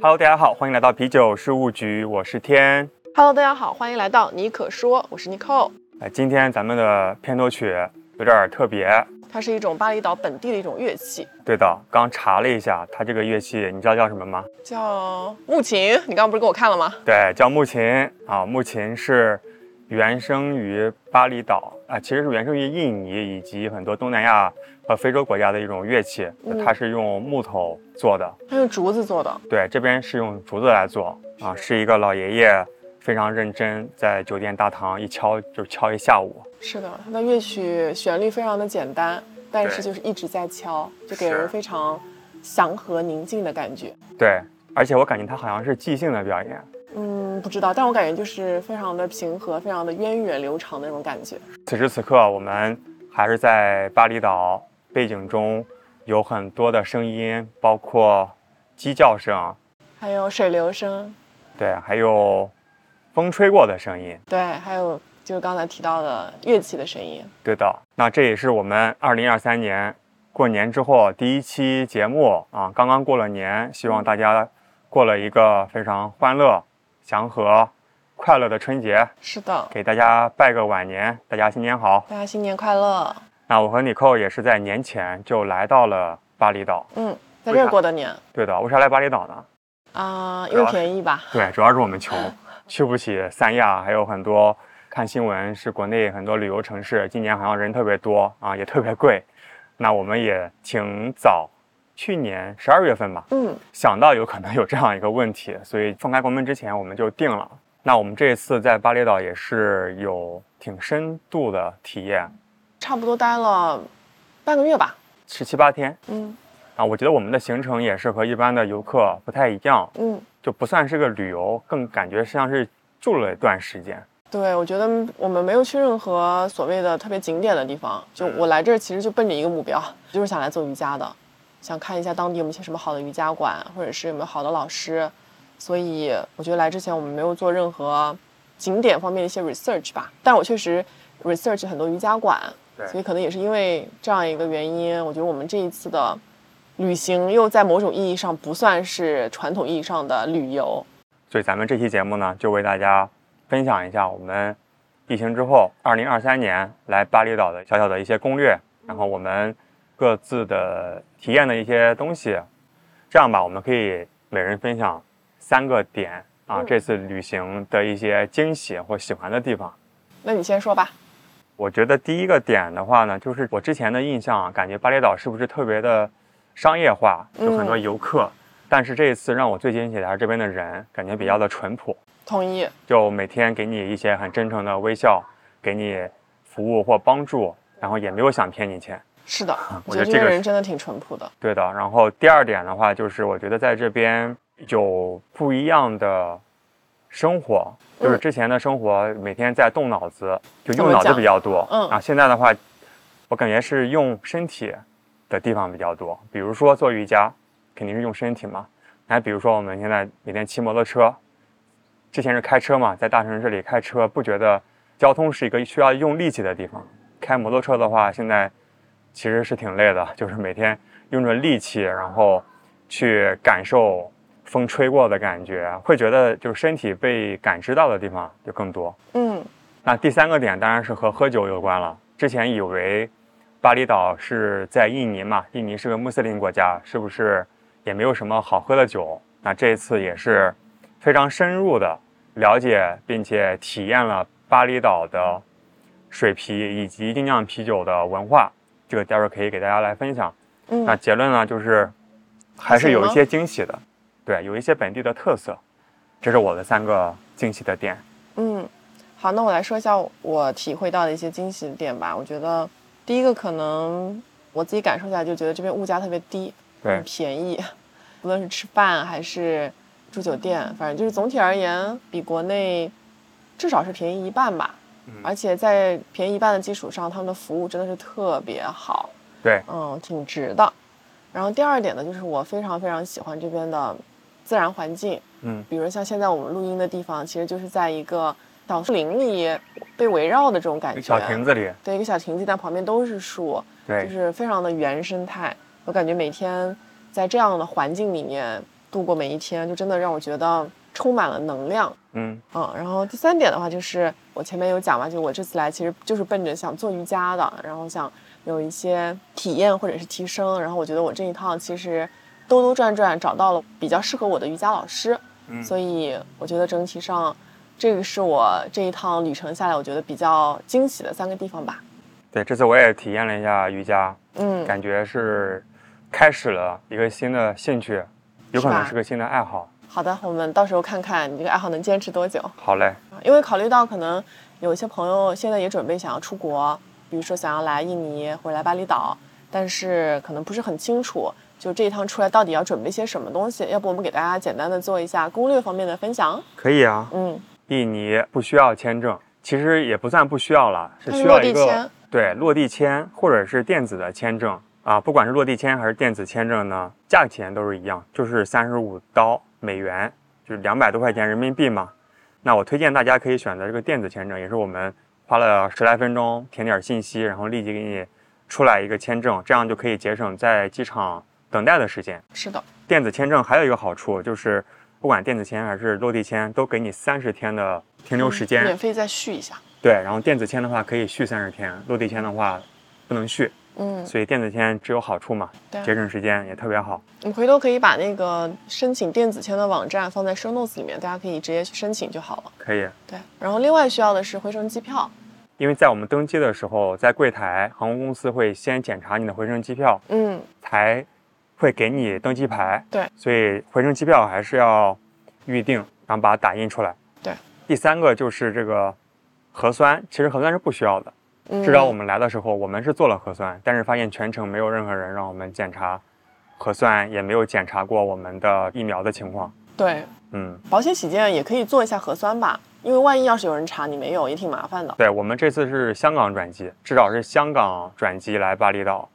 Hello，大家好，欢迎来到啤酒事务局，我是天。 Hello，大家好，欢迎来到你可说，我是 Nicole。呃，今天咱们的片头曲有点儿特别，它是一种巴厘岛本地的一种乐器，对的，刚查了一下，它这个乐器你知道叫什么吗？叫木琴。你刚刚不是给我看了吗？对，叫木琴啊，木琴是原生于巴厘岛啊、其实是原生于印尼以及很多东南亚和非洲国家的一种乐器，嗯它是用木头做的，它用竹子做的。对，这边是用竹子来做啊，是一个老爷爷非常认真，在酒店大堂一敲就敲一下午。是的，它的乐曲旋律非常的简单，但对是就是一直在敲，就给是人非常祥和宁静的感觉。对，而且我感觉他好像是即兴的表演。嗯，不知道，但我感觉就是非常的平和，非常的源远流长的那种感觉。此时此刻，我们还是在巴厘岛，背景中有很多的声音，包括鸡叫声，还有水流声，对，还有风吹过的声音，对，还有就是刚才提到的乐器的声音。对的。那这也是我们二零二三年过年之后第一期节目啊，刚刚过了年，希望大家过了一个非常欢乐、祥和、快乐的春节，是的，给大家拜个晚年，大家新年好。大家新年快乐。那我和你寇也是在年前就来到了巴厘岛。嗯，在为这儿啥过的年。对的，为啥来巴厘岛呢？啊，主又要便宜吧？对，主要是我们穷，去不起三亚，还有很多看新闻是国内很多旅游城市今年好像人特别多啊，也特别贵。那我们也挺早，去年十二月份吧，嗯，想到有可能有这样一个问题，所以放开国门之前我们就定了。那我们这次在巴厘岛也是有挺深度的体验，差不多待了半个月吧。十七八天嗯啊。我觉得我们的行程也是和一般的游客不太一样，嗯，就不算是个旅游，更感觉像是住了一段时间。对，我觉得我们没有去任何所谓的特别景点的地方。就我来这儿其实就奔着一个目标，就是想来做瑜伽的，想看一下当地有没有一些什么好的瑜伽馆，或者是有没有好的老师。所以我觉得来之前我们没有做任何景点方面的一些 research 吧，但我确实 research 很多瑜伽馆，对所以可能也是因为这样一个原因，我觉得我们这一次的旅行又在某种意义上不算是传统意义上的旅游。所以咱们这期节目呢，就为大家分享一下我们疫情之后，二零二三年来巴厘岛的小小的一些攻略，然后我们各自的体验的一些东西。这样吧，我们可以每人分享三个点啊，嗯这次旅行的一些惊喜或喜欢的地方。那你先说吧。我觉得第一个点的话呢，就是我之前的印象啊，感觉巴厘岛是不是特别的商业化，有很多嗯游客。但是这一次让我最惊喜的还是这边的人，感觉比较的淳朴，同意，就每天给你一些很真诚的微笑，给你服务或帮助，然后也没有想骗你钱。是的，啊我我觉觉得得这这个边人是真的挺淳朴的。对的。然后第二点的话，就是我觉得在这边有不一样的生活，就是嗯之前的生活每天在动脑子，就怎用么脑子讲比较多。嗯啊，现在的话，我感觉是用身体的地方比较多，比如说做瑜伽，肯定是用身体嘛。还比如说我们现在每天骑摩托车，之前是开车嘛，在大城市里开车不觉得交通是一个需要用力气的地方。开摩托车的话，现在其实是挺累的，就是每天用着力气，然后去感受风吹过的感觉，会觉得就是身体被感知到的地方就更多。嗯，那第三个点当然是和喝酒有关了。之前以为巴厘岛是在印尼嘛，印尼是个穆斯林国家，是不是也没有什么好喝的酒？那这次也是非常深入的了解并且体验了巴厘岛的水啤以及精酿啤酒的文化，这个待会儿可以给大家来分享。嗯那结论呢，就是还是有一些惊喜的，对，有一些本地的特色。这是我的三个惊喜的点。嗯，好，那我来说一下我体会到的一些惊喜点吧。我觉得第一个可能我自己感受下来就觉得这边物价特别低，对很，便宜， 无论是吃饭还是住酒店，反正就是总体而言比国内至少是便宜一半吧。嗯而且在便宜一半的基础上，他们的服务真的是特别好，对，嗯，挺值的。然后第二点呢，就是我非常非常喜欢这边的自然环境，嗯，比如像现在我们录音的地方，其实就是在一个小树林里被围绕的这种感觉。小亭子，子里，对，一个小亭子，但旁边都是树，就对，是非常的原生态。我感觉每天在这样的环境里面度过每一天，就真的让我觉得充满了能量。嗯嗯，然后第三点的话，就是我前面有讲嘛，就我这次来其实就是奔着想做瑜伽的，然后想有一些体验或者是提升，然后我觉得我这一趟其实兜兜转转找到了比较适合我的瑜伽老师，嗯所以我觉得整体上这个是我这一趟旅程下来我觉得比较惊喜的三个地方吧。对，这次我也体验了一下瑜伽，嗯，感觉是开始了一个新的兴趣，有可是能吧是个新的爱好。好的，我们到时候看看你这个爱好能坚持多久。好嘞，啊因为考虑到可能有一些朋友现在也准备想要出国，比如说想要来印尼或者来巴厘岛，但是可能不是很清楚，就这一趟出来到底要准备些什么东西。要不我们给大家简单的做一下攻略方面的分享？可以啊。嗯，印尼不需要签证，其实也不算不需要了，是它是需要落一地个签，对落地签或者是电子的签证啊，不管是落地签还是电子签证呢，价钱都是一样，就是三十五刀美元，就是两百多块钱人民币嘛。那我推荐大家可以选择这个电子签证，也是我们花了十来分钟填点信息，然后立即给你出来一个签证，这样就可以节省在机场等待的时间。是的，电子签证还有一个好处就是，不管电子签还是落地签，都给你三十天的停留时间。免费再续一下。对，然后电子签的话可以续三十天，落地签的话不能续，嗯，所以电子签只有好处嘛，对啊节省时间也特别好。你回头可以把那个申请电子签的网站放在 show notes 里面，大家可以直接去申请就好了。可以，对，啊然后另外需要的是回程机票。因为在我们登机的时候，在柜台航空公司会先检查你的回程机票，嗯，才会给你登机牌。对，所以回程机票还是要预定，然后把它打印出来。对，第三个就是这个核酸，其实核酸是不需要的。嗯至少我们来的时候，我们是做了核酸，但是发现全程没有任何人让我们检查核酸，也没有检查过我们的疫苗的情况。对嗯，保险起见，也可以做一下核酸吧，因为万一要是有人查你没有，也挺麻烦的。对我们这次是香港转机，至少是香港转机来巴厘岛，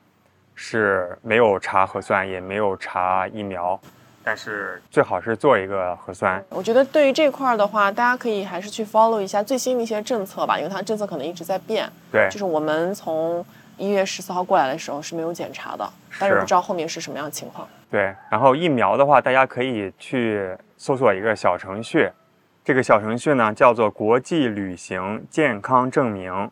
是没有查核酸，也没有查疫苗，但是最好是做一个核酸。我觉得对于这块儿的话，大家可以还是去 follow 一下最新的一些政策吧，因为它政策可能一直在变。对就，是我们从一月十四号过来的时候是没有检查的，但是是不知道后面是什么样的情况。对，然后疫苗的话，大家可以去搜索一个小程序，这个小程序呢叫做国际旅行健康证明，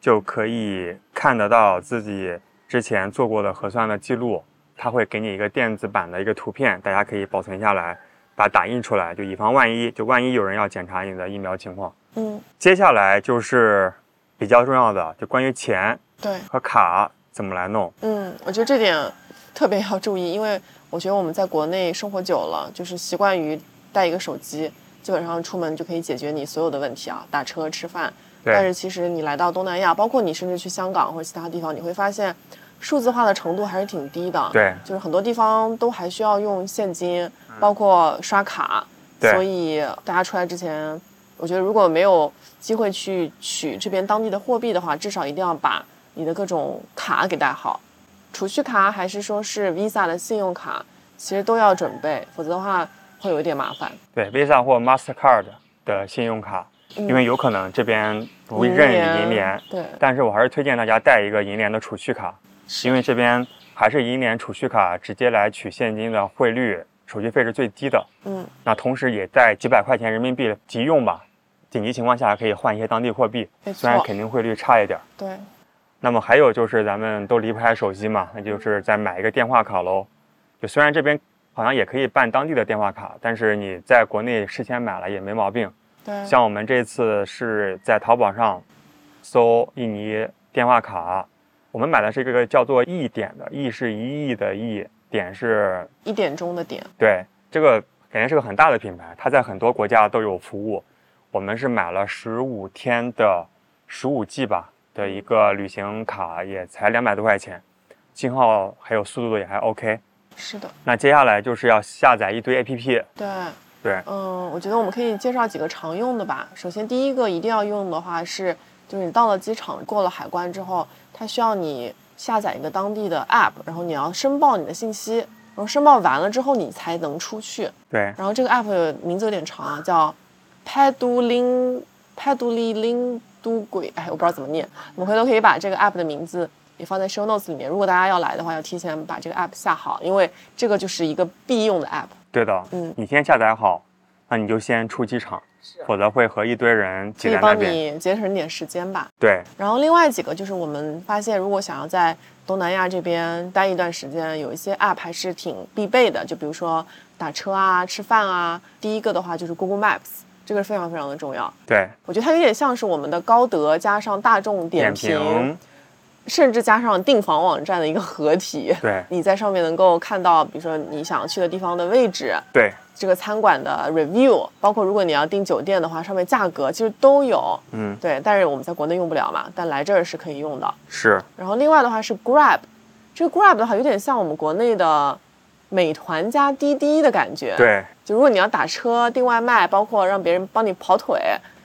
就可以看得到自己之前做过的核酸的记录，它会给你一个电子版的一个图片，大家可以保存下来，把它打印出来，就以防万一，就万一有人要检查你的疫苗情况。嗯，接下来就是比较重要的，就关于钱对，和卡怎么来弄。嗯，我觉得这点特别要注意，因为我觉得我们在国内生活久了，就是习惯于带一个手机，基本上出门就可以解决你所有的问题啊，打车、吃饭。对但是其实你来到东南亚，包括你甚至去香港或者其他地方，你会发现数字化的程度还是挺低的。对嗯就是很多地方都还需要用现金，包括刷卡。对所以大家出来之前，我觉得如果没有机会去取这边当地的货币的话，至少一定要把你的各种卡给带好，储蓄卡还是说是 Visa 的信用卡，其实都要准备，否则的话会有一点麻烦。对 Visa 或 Mastercard 的信用卡，因为有可能这边不认嗯银联，对，但是我还是推荐大家带一个银联的储蓄卡，因为这边还是银联储蓄卡直接来取现金的汇率，手续费是最低的。嗯，那同时也在几百块钱人民币急用吧，紧急情况下可以换一些当地货币，没虽然错肯定汇率差一点儿。对，那么还有就是咱们都离不开手机嘛，那就是再买一个电话卡喽。就虽然这边好像也可以办当地的电话卡，但是你在国内事先买了也没毛病。对，像我们这次是在淘宝上搜印尼电话卡，我们买的是一个叫做“亿点”的，“亿”是一亿的“亿”，点是一点钟的点，对这个感觉是个很大的品牌，它在很多国家都有服务。我们是买了十五天的十五 G 吧的一个旅行卡，也才两百多块钱，信号还有速度也还 OK。是的，那接下来就是要下载一堆 APP，对，对嗯，我觉得我们可以介绍几个常用的吧。首先，第一个一定要用的话是，就是你到了机场，过了海关之后，它需要你下载一个当地的 app，然后你要申报你的信息，然后申报完了之后你才能出去。对然后这个 app 有名字有点长啊，叫 Paduling Paduli Ling 都鬼，哎，我不知道怎么念。我们回头可以把这个 app 的名字也放在 show notes 里面。如果大家要来的话，要提前把这个 app 下好，因为这个就是一个必用的 app。对的，嗯你先下载好，那你就先出机场，是否则会和一堆人可挤以在那帮边。你节省点时间吧。对，然后另外几个就是我们发现，如果想要在东南亚这边待一段时间，有一些 app 还是挺必备的，就比如说打车啊、吃饭啊。第一个的话就是 Google Maps，这个是非常非常的重要。对，我觉得它有点像是我们的高德加上大众点点评，甚至加上订房网站的一个合体。对你在上面能够看到，比如说你想去的地方的位置，对这个餐馆的 review，包括如果你要订酒店的话，上面价格其实都有。嗯对，但是我们在国内用不了嘛，但来这儿是可以用的。是，然后另外的话是 Grab，这个 Grab 的话有点像我们国内的美团加滴滴的感觉。，对，就如果你要打车、订外卖，包括让别人帮你跑腿、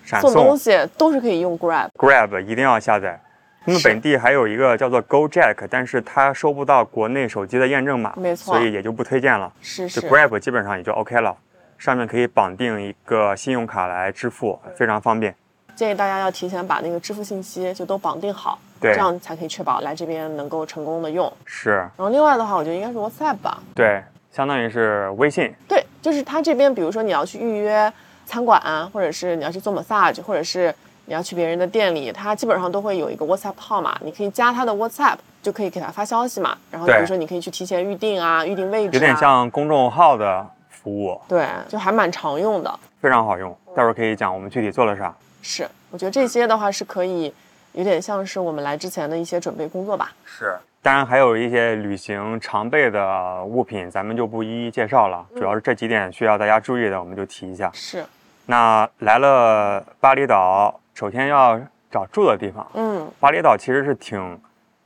闪送东送西，都是可以用 Grab。 Grab 一定要下载。他们是本地还有一个叫做 GoJack，但是它收不到国内手机的验证码，没错所以也就不推荐了。是，就是 Grab 基本上也就 OK 了，上面可以绑定一个信用卡来支付，非常方便。建议大家要提前把那个支付信息就都绑定好，对这样才可以确保来这边能够成功的用。是，然后另外的话，我觉得应该是 WhatsApp 吧，对，相当于是微信，对，就是啊它这边，比如说你要去预约餐馆啊，或者是你要去做 massage，或者是你要去别人的店里，它基本上都会有一个 WhatsApp 号码，你可以加他的 WhatsApp，就可以给他发消息嘛。然后比对如说你可以去提前预定啊，预定位置、啊，有点像公众号的服务，对，就还蛮常用的。非常好用。待会儿可以讲我们具体做了啥。是，我觉得这些的话是可以，有点像是我们来之前的一些准备工作吧。是，当然还有一些旅行常备的物品，咱们就不一一介绍了，嗯主要是这几点需要大家注意的，我们就提一下。是，那来了巴厘岛，首先要找住的地方。嗯，巴厘岛其实是挺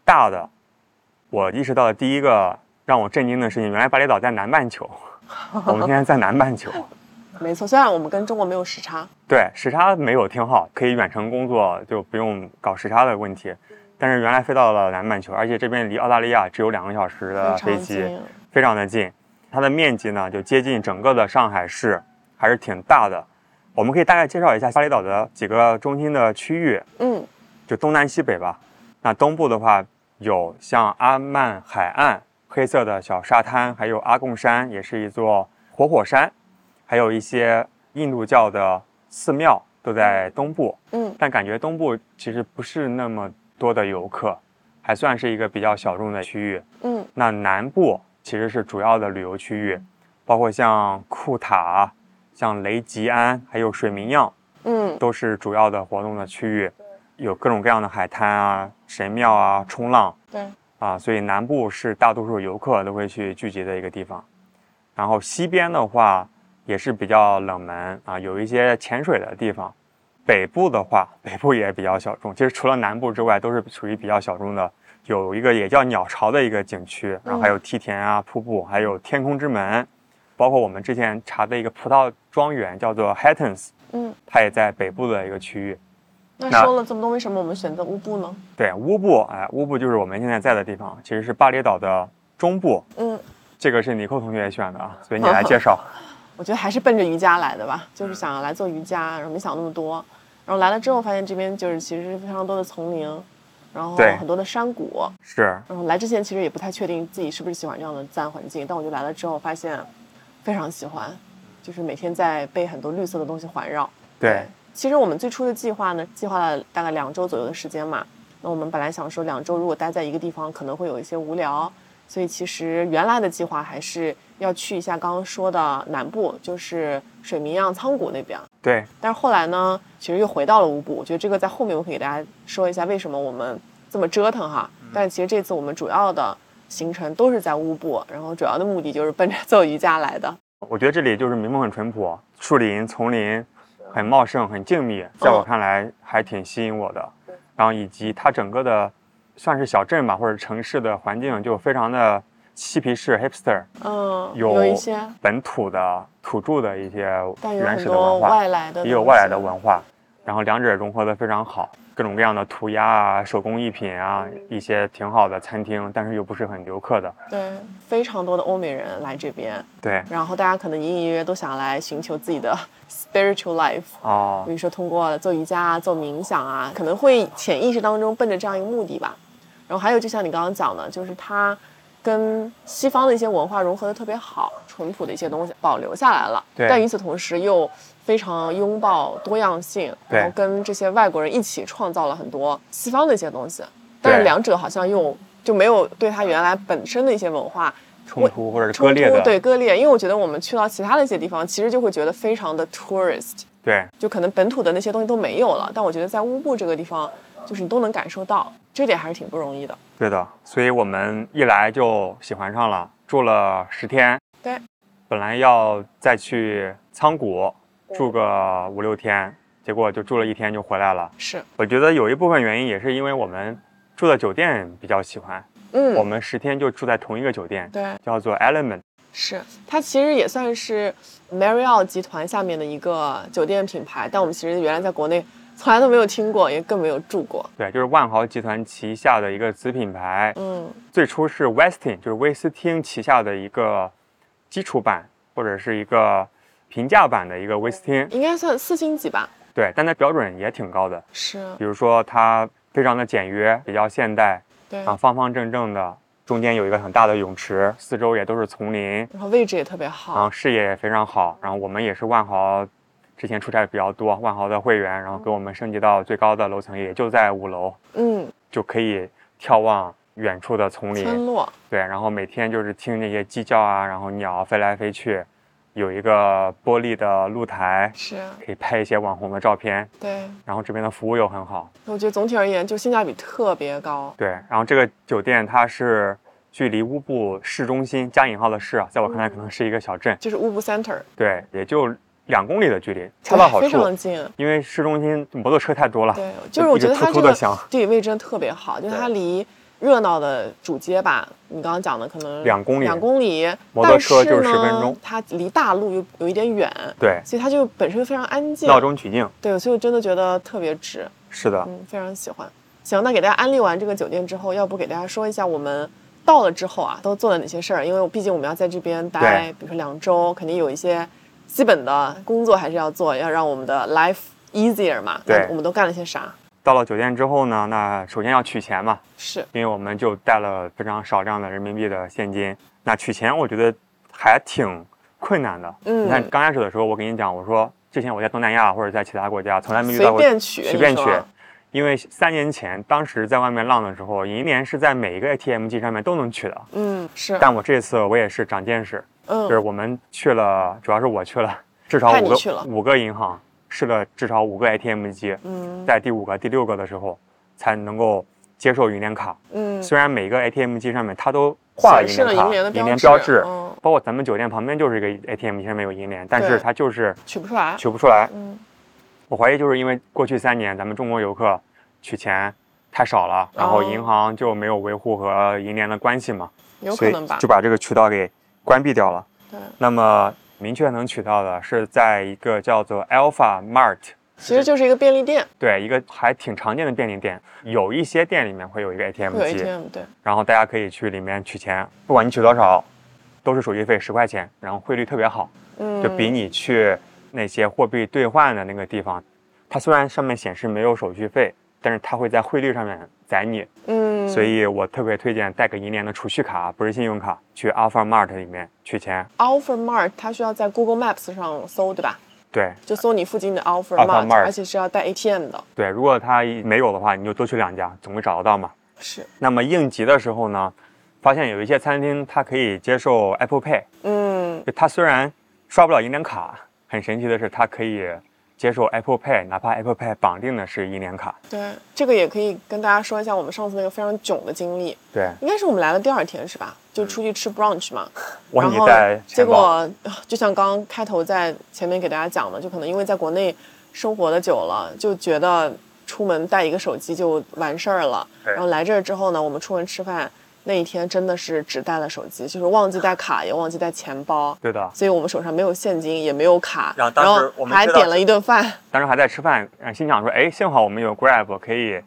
大的，我意识到的第一个让我震惊的事情，原来巴厘岛在南半 球，我们现在在南半球，没错。虽然我们跟中国没有时差，对时差没有挺好，可以远程工作，就不用搞时差的问题。但是原来飞到了南半球，而且这边离澳大利亚只有两个小时的非啊飞常机，近。非常的近。它的面积呢，就接近整个的上海市，还是挺大的。我们可以大概介绍一下巴厘岛的几个中心的区域，嗯，就东南西北吧。那东部的话，有像阿曼海岸黑色的小沙滩，还有阿贡山，也是一座活火山，还有一些印度教的寺庙都在东部。嗯，但感觉东部其实不是那么多的游客，还算是一个比较小众的区域。嗯，那南部其实是主要的旅游区域，包括像库塔、像雷吉安，还有水明漾。嗯，都是主要的活动的区域，有各种各样的海滩啊、神庙啊、冲浪对，啊，所以南部是大多数游客都会去聚集的一个地方。然后西边的话也是比较冷门啊，有一些潜水的地方。北部的话，北部也比较小众，其实除了南部之外，都是属于比较小众的。有一个也叫鸟巢的一个景区，然后还有梯田啊、瀑布，还有天空之门，包括我们之前查的一个葡萄庄园，叫做 Hattons，嗯，它也在北部的一个区域。那那说了这么多，为什么我们选择乌布呢？对，乌布，哎，乌布就是我们现在在的地方，其实是巴厘岛的中部。嗯，这个是尼寇同学选的啊，所以你 来介绍。我觉得还是奔着瑜伽来的吧，就是想要来做瑜伽，然后没想那么多。然后来了之后，发现这边就是其实是非常多的丛林，然后对很多的山谷。是，然后来之前其实也不太确定自己是不是喜欢这样的自然环境，但我就来了之后发现非常喜欢，就是每天在被很多绿色的东西环绕。对，其实我们最初的计划呢，计划了大概两周左右的时间嘛。那我们本来想说两周如果待在一个地方可能会有一些无聊，所以其实原来的计划还是要去一下刚刚说的南部，就是水明漾仓谷那边。对，但是后来呢，其实又回到了乌布。我觉得这个在后面我可以给大家说一下为什么我们这么折腾哈。嗯但是其实这次我们主要的行程都是在乌布，然后主要的目的就是奔着 做瑜伽来的。我觉得这里就是民风很淳朴，树林、丛林很茂盛、很静谧，在嗯我看来还挺吸引我的。然后以及它整个的算是小镇吧，或者城市的环境就非常的嬉皮士 hipster，嗯，有一些，本土的土著的一些但有原很始的多文化，外嗯来的，也有外来的。文化，然后两者融合的非常好，各种各样的涂鸦啊、手工艺品啊，一些挺好的餐厅，但是又不是很游客的。对，非常多的欧美人来这边，对，然后大家可能隐隐约约都想来寻求自己的 spiritual life。哦比，如说通过做瑜伽啊、做冥想啊，可能会潜意识当中奔着这样一个目的吧。然后还有，就像你刚刚讲的，就是它跟西方的一些文化融合的特别好，淳朴的一些东西保留下来了。对但与此同时又非常拥抱多样性，对然后跟这些外国人一起创造了很多西方的一些东西。但是两者好像又就没有对它原来本身的一些文化冲突或者是冲割突，裂的，对割裂。因为我觉得我们去到其他的一些地方，其实就会觉得非常的 tourist，对就可能本土的那些东西都没有了。但我觉得在乌布这个地方，就是你都能感受到，这点还是挺不容易的。对的，所以我们一来就喜欢上了，住了十天。对，本来要再去仓谷对住个五六天，结果就住了一天就回来了。是，我觉得有一部分原因也是因为我们住的酒店比较喜欢，嗯，我们十天就住在同一个酒店，对，叫做 Element。是它其实也算是 Marriott 集团下面的一个酒店品牌，但我们其实原来在国内从来都没有听过，也更没有住过。对，就是万豪集团旗下的一个子品牌，嗯，最初是 Westin，就是威斯汀旗下的一个基础版或者是一个平价版的一个威斯汀。应该算四星级吧。对，但它标准也挺高的，是比如说它非常的简约，比较现代对，啊，方方正正的，中间有一个很大的泳池，四周也都是丛林，然后位置也特别然后好。视野也非常好。然后我们也是万豪，之前出差比较多，万豪的会员，然后给我们升级到最高的楼层，也就在五楼，嗯，就可以眺望远处的丛林。村落对，然后每天就是听那些鸡叫啊，然后鸟飞来飞去，有一个玻璃的露台，是可以拍一些网红的照片。对，然后这边的服务又很好，我觉得总体而言就性价比特别高。对。然后这个酒店它是距离乌布市中心加引号的市啊，在我看来可能是一个小镇，就是乌布 Center，对，也就两公里的距离，恰到好非处。啊常近。因为市中心摩托车太多了，对，就是我觉得它突这突的个响，地理位置真的特别好，就是它离热闹的主街吧，你刚刚讲的可能两公里两公里，摩托车就是但10分呢钟它离大路又有一点远，对，所以它就本身就非常安静。闹中取静，对，所以我真的觉得特别值，是的，嗯，非常喜欢。行，那给大家安利完这个酒店之后，要不给大家说一下我们到了之后啊，都做了哪些事儿？因为我毕竟我们要在这边待，比如说两周，肯定有一些基本的工作还是要做，要让我们的 life easier 嘛。对那我们都干了些啥？到了酒店之后呢，那首先要取钱嘛，是，因为我们就带了非常少量的人民币的现金。那取钱我觉得还挺困难的。嗯你看刚开始的时候，我跟你讲，我说之前我在东南亚或者在其他国家从来没遇随到过便取，随便你取说，啊因为三年前当时在外面浪的时候，银联是在每一个 ATM 机上面都能取的。嗯，是，但我这次我也是长见识，就是嗯，我们去了，主要是我去了，至少派五你个去了五个银行，试了至少五个 ATM 机，嗯，在第五个、第六个的时候才能够接受银联卡。嗯，虽然每一个 ATM 机上面它都挂了显示了银银联联的卡、标银联志标志，嗯包括咱们酒店旁边就是一个 ATM 机上面有银联，但对是它就是取不出来，取不出来。嗯，我怀疑就是因为过去三年咱们中国游客取钱太少了，然后哦银行就没有维护和银联的关系嘛，有所可以能吧就，把这个渠道给关闭掉了。对，那么明确能取到的是在一个叫做 Alpha Mart。其实就是一个便利店，对，一个还挺常见的便利店，有一些店里面会有一个 ATM 会有机， ATM，对，然后大家可以去里面取钱，不管你取多少，都是手续费十块钱，然后汇率特别好，嗯，就比你去那些货币兑换的那个地方，它虽然上面显示没有手续费，但是它会在汇率上面宰你，嗯，所以我特别推荐带个银联的储蓄卡，不是信用卡，去 Alpha Mart 里面取钱。 Alpha Mart 它需要在 Google Maps 上搜，对吧？对就搜你附近的 Alpha Alpha Mart 而且是要带 ATM 的，对，如果它没有的话，你就多去两家，总会找得到嘛。是，那么应急的时候呢，发现有一些餐厅它可以接受 Apple Pay，嗯，就它虽然刷不了银联卡，很神奇的是它可以接受 Apple Pay，哪怕 Apple Pay 绑定的是银联卡。对，这个也可以跟大家说一下我们上次那个非常囧的经历，对，应该是我们来的第二天是吧？就出去吃 brunch 嘛，嗯我然你后在结钱包，果就像刚刚开头在前面给大家讲的，就可能因为在国内生活的久了，就觉得出门带一个手机就完事儿了。对然后来这儿之后呢，我们出门吃饭那一天真的是只带了手机，就是忘记带卡，也忘记带钱包。对的，所以我们手上没有现金，也没有卡，然然后当时我们还知道点了一顿饭，当时还在吃饭，呃心想说，哎，幸好我们有 Grab 可以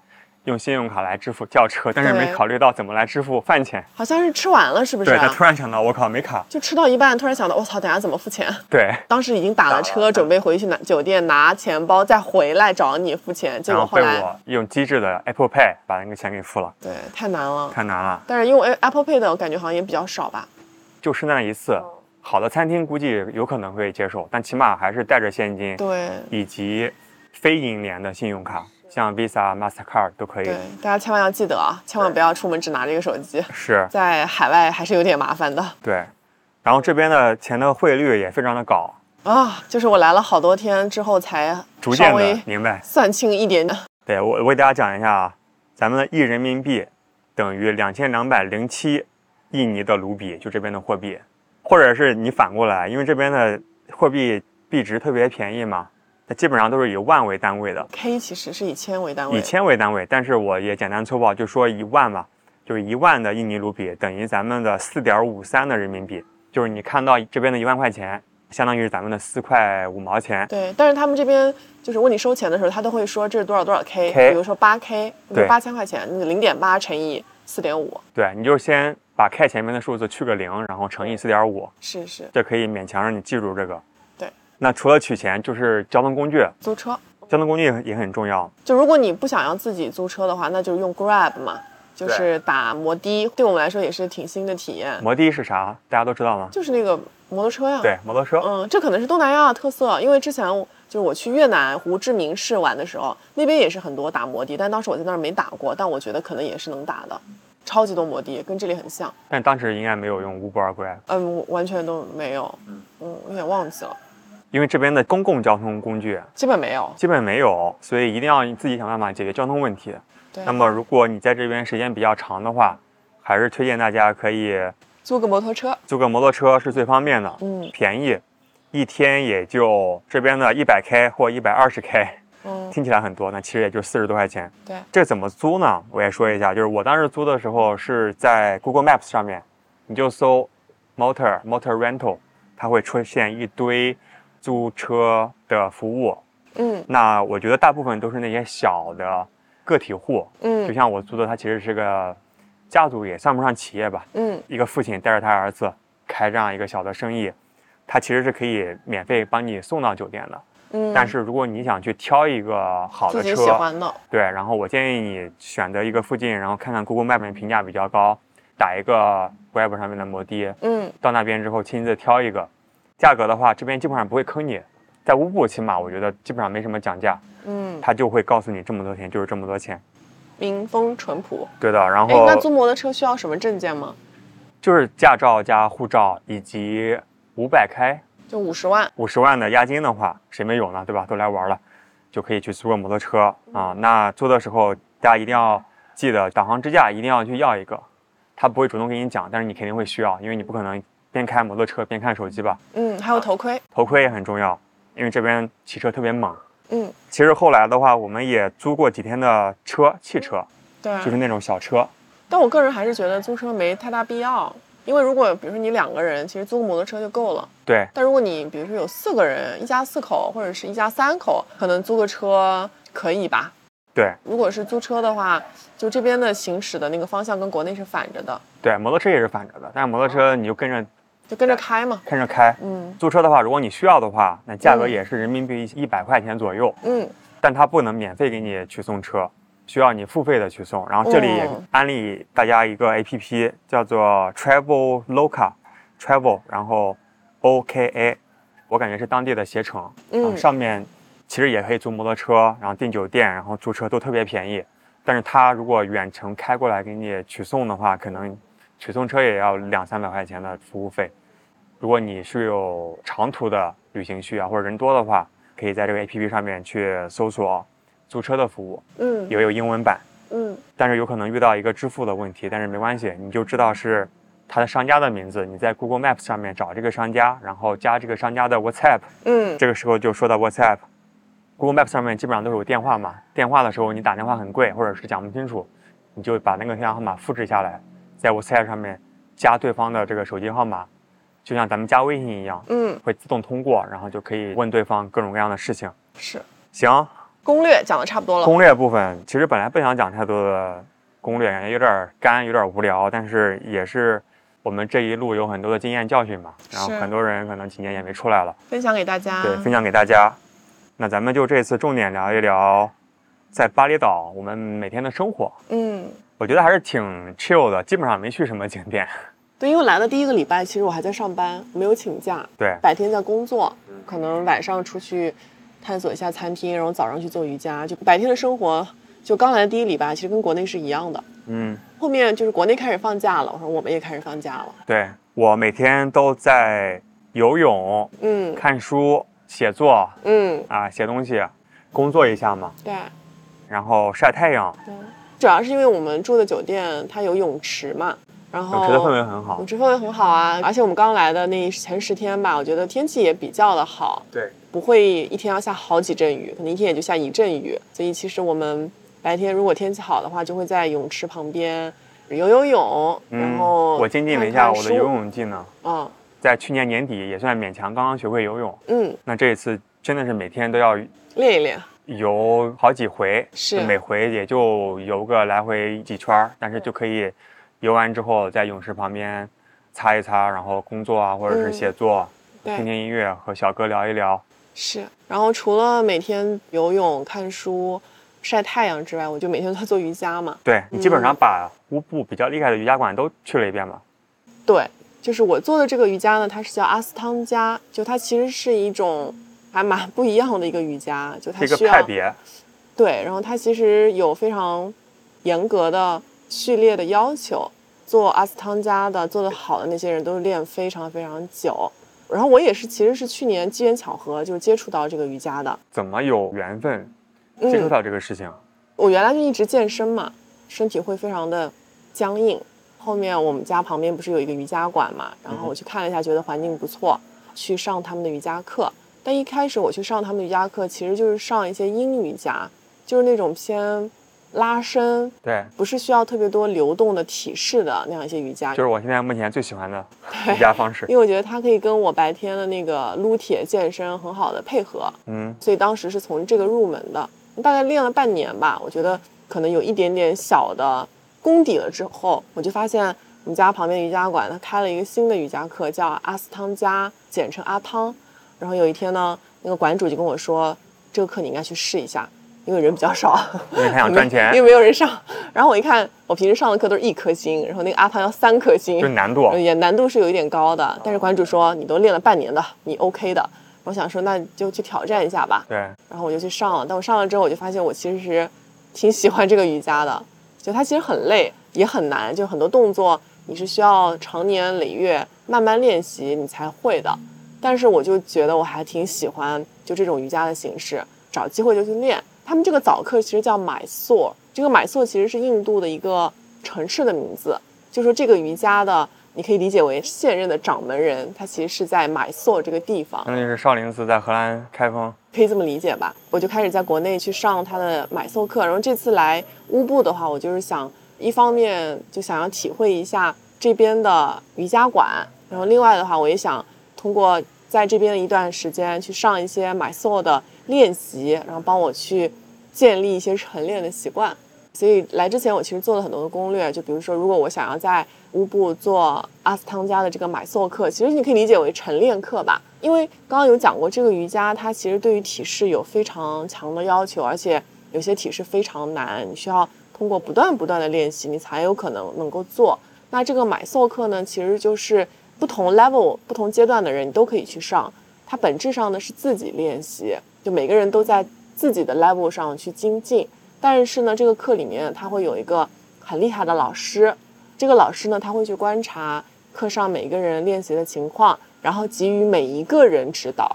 用信用卡来支付轿车，但是没对考虑到怎么来支付饭钱。好像是吃完了，是不是对啊、他突然想到，我靠，没卡。就吃到一半，突然想到，我操，等下怎么付钱？ 对，当时已经打了打车，了准备回去拿酒店拿钱包，再回来找你付钱。结然果后后被来，我用机智的 Apple Pay 把那个钱给付了，对，太难了。太难了。但是用 Apple Pay 的，我感觉好像也比较少吧。就是那一次，哦好的餐厅估计有可能会接受，但起码还是带着现金，对以及非银联的信用卡，像 Visa、Mastercard 都可以对。，大家千万要记得啊，千万不要出门只拿这个手机，是，在海外还是有点麻烦的对。然后这边的钱的汇率也非常的高，啊。就是我来了好多天之后才逐渐稍的微明白。算清一点点。对我，我给大家讲一下啊，咱们的一人民币等于两千两百零七印尼的卢比，就这边的货币，或者是你反过来，因为这边的货币币值特别便宜嘛，它基本上都是以万为单位的， K 其实是以千为单位，以千为单位，但是我也简单粗暴就说一万吧，就是一万的印尼卢比等于咱们的四点五三的人民币，就是你看到这边的一万块钱，相当于是咱们的四块五毛钱。对，但是他们这边就是问你收钱的时候，他都会说这是多少多少 K，, K 比如说八 K，对八千块钱，零点八乘以四点五，对，你就先把 K 前面的数字去个零，然后乘以四点五，是是，这可以勉强让你记住这个。对，那除了取钱，就是交通工具，租车。交通工具也很重要。就如果你不想要自己租车的话，那就用 Grab 嘛，就是打摩的，对我们来说也是挺新的体验，摩的是啥？大家都知道吗？就是那个摩托车呀。对，摩托车。嗯，这可能是东南亚的特色，因为之前我就是我去越南胡志明市玩的时候，那边也是很多打摩的，但当时我在那儿没打过，但我觉得可能也是能打的，超级多摩的，跟这里很像。但当时应该没有用 Uber、Grab，嗯，我完全都没有，嗯，我有点忘记了，因为这边的公共交通工具基本没有。基本没有，所以一定要你自己想办法解决交通问题。对，那么如果你在这边时间比较长的话，还是推荐大家可以租个摩托车，租个摩托车是最方便的，嗯便宜，一天也就这边的一百 K 或一百二十 K， 嗯，听起来很多，那其实也就四十多块钱。对，这怎么租呢？我也说一下，就是我当时租的时候是在 Google Maps 上面，你就搜 motor motor rental，它会出现一堆租车的服务。嗯那我觉得大部分都是那些小的个体户，就嗯像我租的，它其实是个家族，也算不上企业吧。嗯，一个父亲带着他儿子开这样一个小的生意，他其实是可以免费帮你送到酒店的。嗯，但是如果你想去挑一个好的自己车，喜欢的，对，然后我建议你选择一个附近，然后看看 Google Map 上面评价比较高，打一个 Web 上面的摩的，嗯到那边之后亲自挑一个。价格的话，这边基本上不会坑你，在乌布起码我觉得基本上没什么讲价，嗯，他就会告诉你这么多钱就是这么多钱。民风淳朴。对的，然哎，后那租摩托车需要什么证件吗？就是驾照加护照以及五百开就五十万，五十万的押金的话，谁没有呢？对吧？都来玩了，就可以去租个摩托车嗯啊、那租的时候，大家一定要记得导航支架一定要去要一个，他不会主动给你讲，但是你肯定会需要，因为你不可能边开摩托车边看手机吧。嗯，还有啊头盔，头盔也很重要，因为这边骑车特别猛。嗯，其实后来的话，我们也租过几天的车，汽车，对啊。就是那种小车。但我个人还是觉得租车没太大必要，因为如果比如说你两个人，其实租个摩托车就够了。对，但如果你比如说有四个人，一家四口或者是一家三口，可能租个车可以吧？对，如果是租车的话，就这边的行驶的那个方向跟国内是反着的，对，摩托车也是反着的，但是摩托车你就跟着就跟着开嘛。跟着开。嗯租车的话，如果你需要的话，那价格嗯也是人民币一百块钱左右，嗯，但它不能免费给你去送车，需要你付费的去送。然后这里也嗯安利大家一个 APP，叫做 Travel Loca，Travel，然后 OKA，我感觉是当地的携程。嗯啊上面其实也可以租摩托车，然后订酒店，然后租车都特别便宜。但是它如果远程开过来给你取送的话，可能取送车也要两三百块钱的服务费。如果你是有长途的旅行需要或者人多的话，可以在这个 APP 上面去搜索租车的服务，嗯也有英文版。嗯但是有可能遇到一个支付的问题，但是没关系，你就知道是它的商家的名字，你在 Google Maps 上面找这个商家，然后加这个商家的 WhatsApp，嗯，这个时候就说到 WhatsApp。Google Maps 上面基本上都是有电话嘛，电话的时候你打电话很贵，或者是讲不清楚，你就把那个电话号码复制下来，在 WhatsApp 上面加对方的这个手机号码，就像咱们加微信一样，嗯会自动通过，然后就可以问对方各种各样的事情。是。行，攻略讲的差不多了，攻略部分，其实本来不想讲太多的攻略，感觉有点干，有点无聊，但是也是我们这一路有很多的经验教训嘛，然后是啊很多人可能几年也没出来了，分享给大家。对，分享给大家。那咱们就这次重点聊一聊，在巴厘岛我们每天的生活，嗯，我觉得还是挺 chill 的，基本上没去什么景点。对，因为来的第一个礼拜，其实我还在上班，没有请假，对，白天在工作，可能晚上出去探索一下餐厅，然后早上去做瑜伽，就白天的生活，就刚来的第一礼拜，其实跟国内是一样的。嗯，后面就是国内开始放假了，我说我们也开始放假了，对我每天都在游泳、嗯看书、写作嗯，啊，写东西，工作一下嘛，对，然后晒太阳，主要是因为我们住的酒店它有泳池嘛，然后泳池的氛围很好泳。池氛围很好啊，而且我们刚来的那前十天吧，我觉得天气也比较的好，对，不会一天要下好几阵雨，可能一天也就下一阵雨。所以其实我们白天如果天气好的话，就会在泳池旁边游游泳，然后嗯我精进了一下我的游泳技能，啊，在去年年底也算勉强刚刚学会游泳。嗯，那这一次真的是每天都要练一练，游好几回，是每回也就游个来回几圈儿，但是就可以游完之后在泳池旁边擦一擦，然后工作啊或者是写作，听嗯对，听音乐，和小哥聊一聊。是。然后除了每天游泳、看书、晒太阳之外，我就每天都在做瑜伽嘛。对你基嗯本上把乌布比较厉害的瑜伽馆都去了一遍吧？对，就是我做的这个瑜伽呢，它是叫阿斯汤加，就它其实是一种还蛮不一样的一个瑜伽，就它这个需派要别，对，然后它其实有非常严格的序列的要求，做阿斯汤加的做得好的那些人都练非常非常久。然后我也是，其实是去年机缘巧合就接触到这个瑜伽的。怎么有缘分接触嗯，到这个事情？我原来就一直健身嘛，身体会非常的僵硬。后面我们家旁边不是有一个瑜伽馆嘛，然嗯后我去看了一下，觉得环境不错，去上他们的瑜伽课。但一开始我去上他们的瑜伽课，其实就是上一些阴瑜伽，就是那种偏拉伸，对，不是需要特别多流动的体式的那样一些瑜伽就，是我现在目前最喜欢的瑜伽方式。因为我觉得它可以跟我白天的那个撸铁健身很好的配合，嗯，所以当时是从这个入门的，大概练了半年吧，我觉得可能有一点点小的功底了之后，我就发现我们家旁边瑜伽馆它开了一个新的瑜伽课，叫阿斯汤加，简称阿汤。然后有一天呢，那个馆主就跟我说，这个课你应该去试一下，因为人比较少。因为他想赚钱因为，因为没有人上。然后我一看，我平时上的课都是一颗星，然后那个阿汤要三颗星就，呃难度。也难度是有一点高的。但是馆主说你都练了半年的，你 OK 的。我想说那就去挑战一下吧，对，然后我就去上了。但我上了之后，我就发现我其实是挺喜欢这个瑜伽的，就它其实很累，也很难，就很多动作你是需要长年累月慢慢练习你才会的。但是我就觉得我还挺喜欢就这种瑜伽的形式，找机会就去练。他们这个早课其实叫买塑，这个买塑其实是印度的一个城市的名字，就说这个瑜伽的。你可以理解为现任的掌门人，他其实是在买塑这个地方，那就是少林寺在荷兰开封。可以这么理解吧？我就开始在国内去上他的买搜课，然后这次来乌布的话，我就是想一方面就想要体会一下这边的瑜伽馆，然后另外的话，我也想通过在这边的一段时间去上一些买搜的练习，然后帮我去建立一些晨练的习惯。所以来之前，我其实做了很多的攻略，就比如说，如果我想要在乌布做阿斯汤加的这个买塑课，其实你可以理解为晨练课吧，因为刚刚有讲过，这个瑜伽它其实对于体式有非常强的要求，而且有些体式非常难，你需要通过不断不断的练习，你才有可能能够做。那这个买塑课呢，其实就是不同 level、不同阶段的人你都可以去上，它本质上呢是自己练习，就每个人都在自己的 level 上去精进。但是呢，这个课里面他会有一个很厉害的老师，这个老师呢，他会去观察课上每个人练习的情况，然后给予每一个人指导。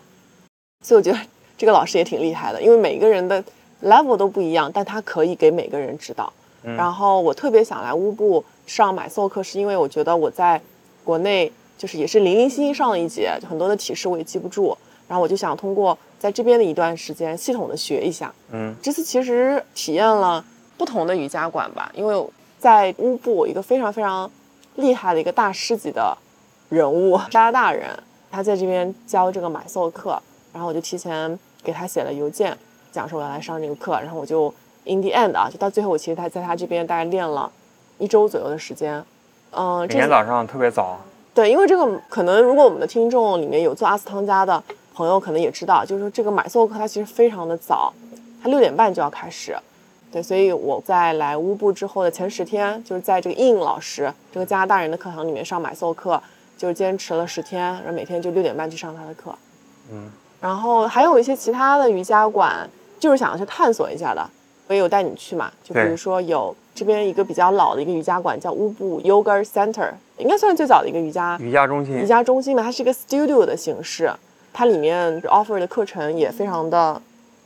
所以我觉得这个老师也挺厉害的，因为每个人的 level 都不一样，但他可以给每个人指导。嗯然后我特别想来乌布上买授课，是因为我觉得我在国内就是也是零零星星上了一节，就很多的体式我也记不住，然后我就想通过在这边的一段时间系统的学一下。嗯，这次其实体验了不同的瑜伽馆吧，因为在乌布有一个非常非常厉害的一个大师级的人物—— 拉大人，他在这边教这个买塑课，然后我就提前给他写了邮件，讲说我要来上这个课，然后我就 in the end 啊，就到最后我其实他在他这边大概练了一周左右的时间，嗯、每这天早上特别早，对，因为这个可能如果我们的听众里面有做阿斯汤加的朋友，可能也知道，就是说这个买搜课它其实非常的早，它六点半就要开始。对，所以我在来乌布之后的前十天，就是在这个 In 老师这个加拿大人的课堂里面上买搜课，就是坚持了十天，然后每天就六点半去上他的课。嗯，然后还有一些其他的瑜伽馆，就是想要去探索一下的。我也有带你去嘛，就比对如说有这边一个比较老的一个瑜伽馆叫乌布 Yoga Center，应该算是最早的一个瑜伽瑜伽中心瑜伽中心嘛，它是一个 studio 的形式，它里面 offer 的课程也非常的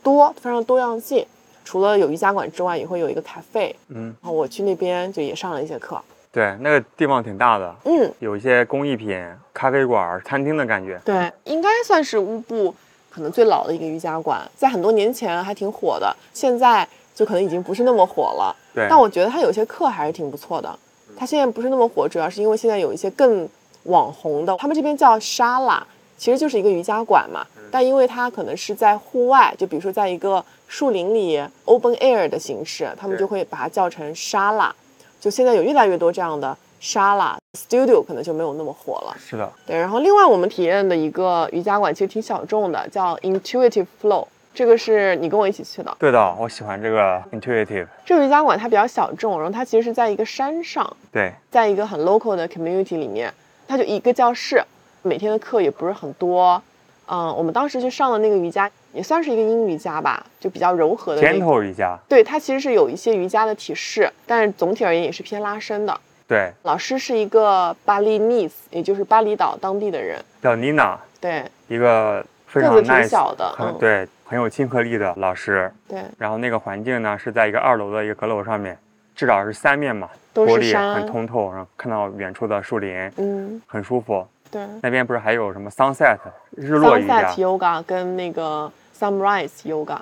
多，非常多样性。除了有瑜伽馆之外，也会有一个 cafe。嗯，然后我去那边就也上了一些课。对，那个地方挺大的，嗯，有一些工艺品、咖啡馆、餐厅的感觉。对，应该算是乌布可能最老的一个瑜伽馆，在很多年前还挺火的，现在就可能已经不是那么火了。对，但我觉得它有些课还是挺不错的。它现在不是那么火，主要是因为现在有一些更网红的，他们这边叫沙拉，其实就是一个瑜伽馆嘛。但因为它可能是在户外，就比如说在一个树林里 open air 的形式，他们对就会把它叫成沙拉。就现在有越来越多这样的沙拉 studio，可能就没有那么火了。是的，对，然后另外我们体验的一个瑜伽馆其实挺小众的，叫 Intuitive Flow，这个是你跟我一起去的。对的，我喜欢这个 intuitive。这个瑜伽馆它比较小众，然后它其实是在一个山上，对，在一个很 local 的 community 里面，它就一个教室，每天的课也不是很多。嗯，我们当时去上的那个瑜伽也算是一个阴瑜伽吧，就比较柔和的那种。 gentle 瑜伽，对，它其实是有一些瑜伽的体式，但是总体而言也是偏拉伸的。对，老师是一个巴厘 n i c e 也就是巴厘岛当地的人。叫 Nina，对一个非常个子挺 nice，小的很嗯对，很有亲和力的老师。对，然后那个环境呢是在一个二楼的一个阁楼上面，至少是三面嘛，都玻是璃山很通透，然后看到远处的树林，嗯，很舒服。对。那边不是还有什么 sunset 日落瑜 Sunset 伽， Yoga 跟那个 Sunrise Yoga，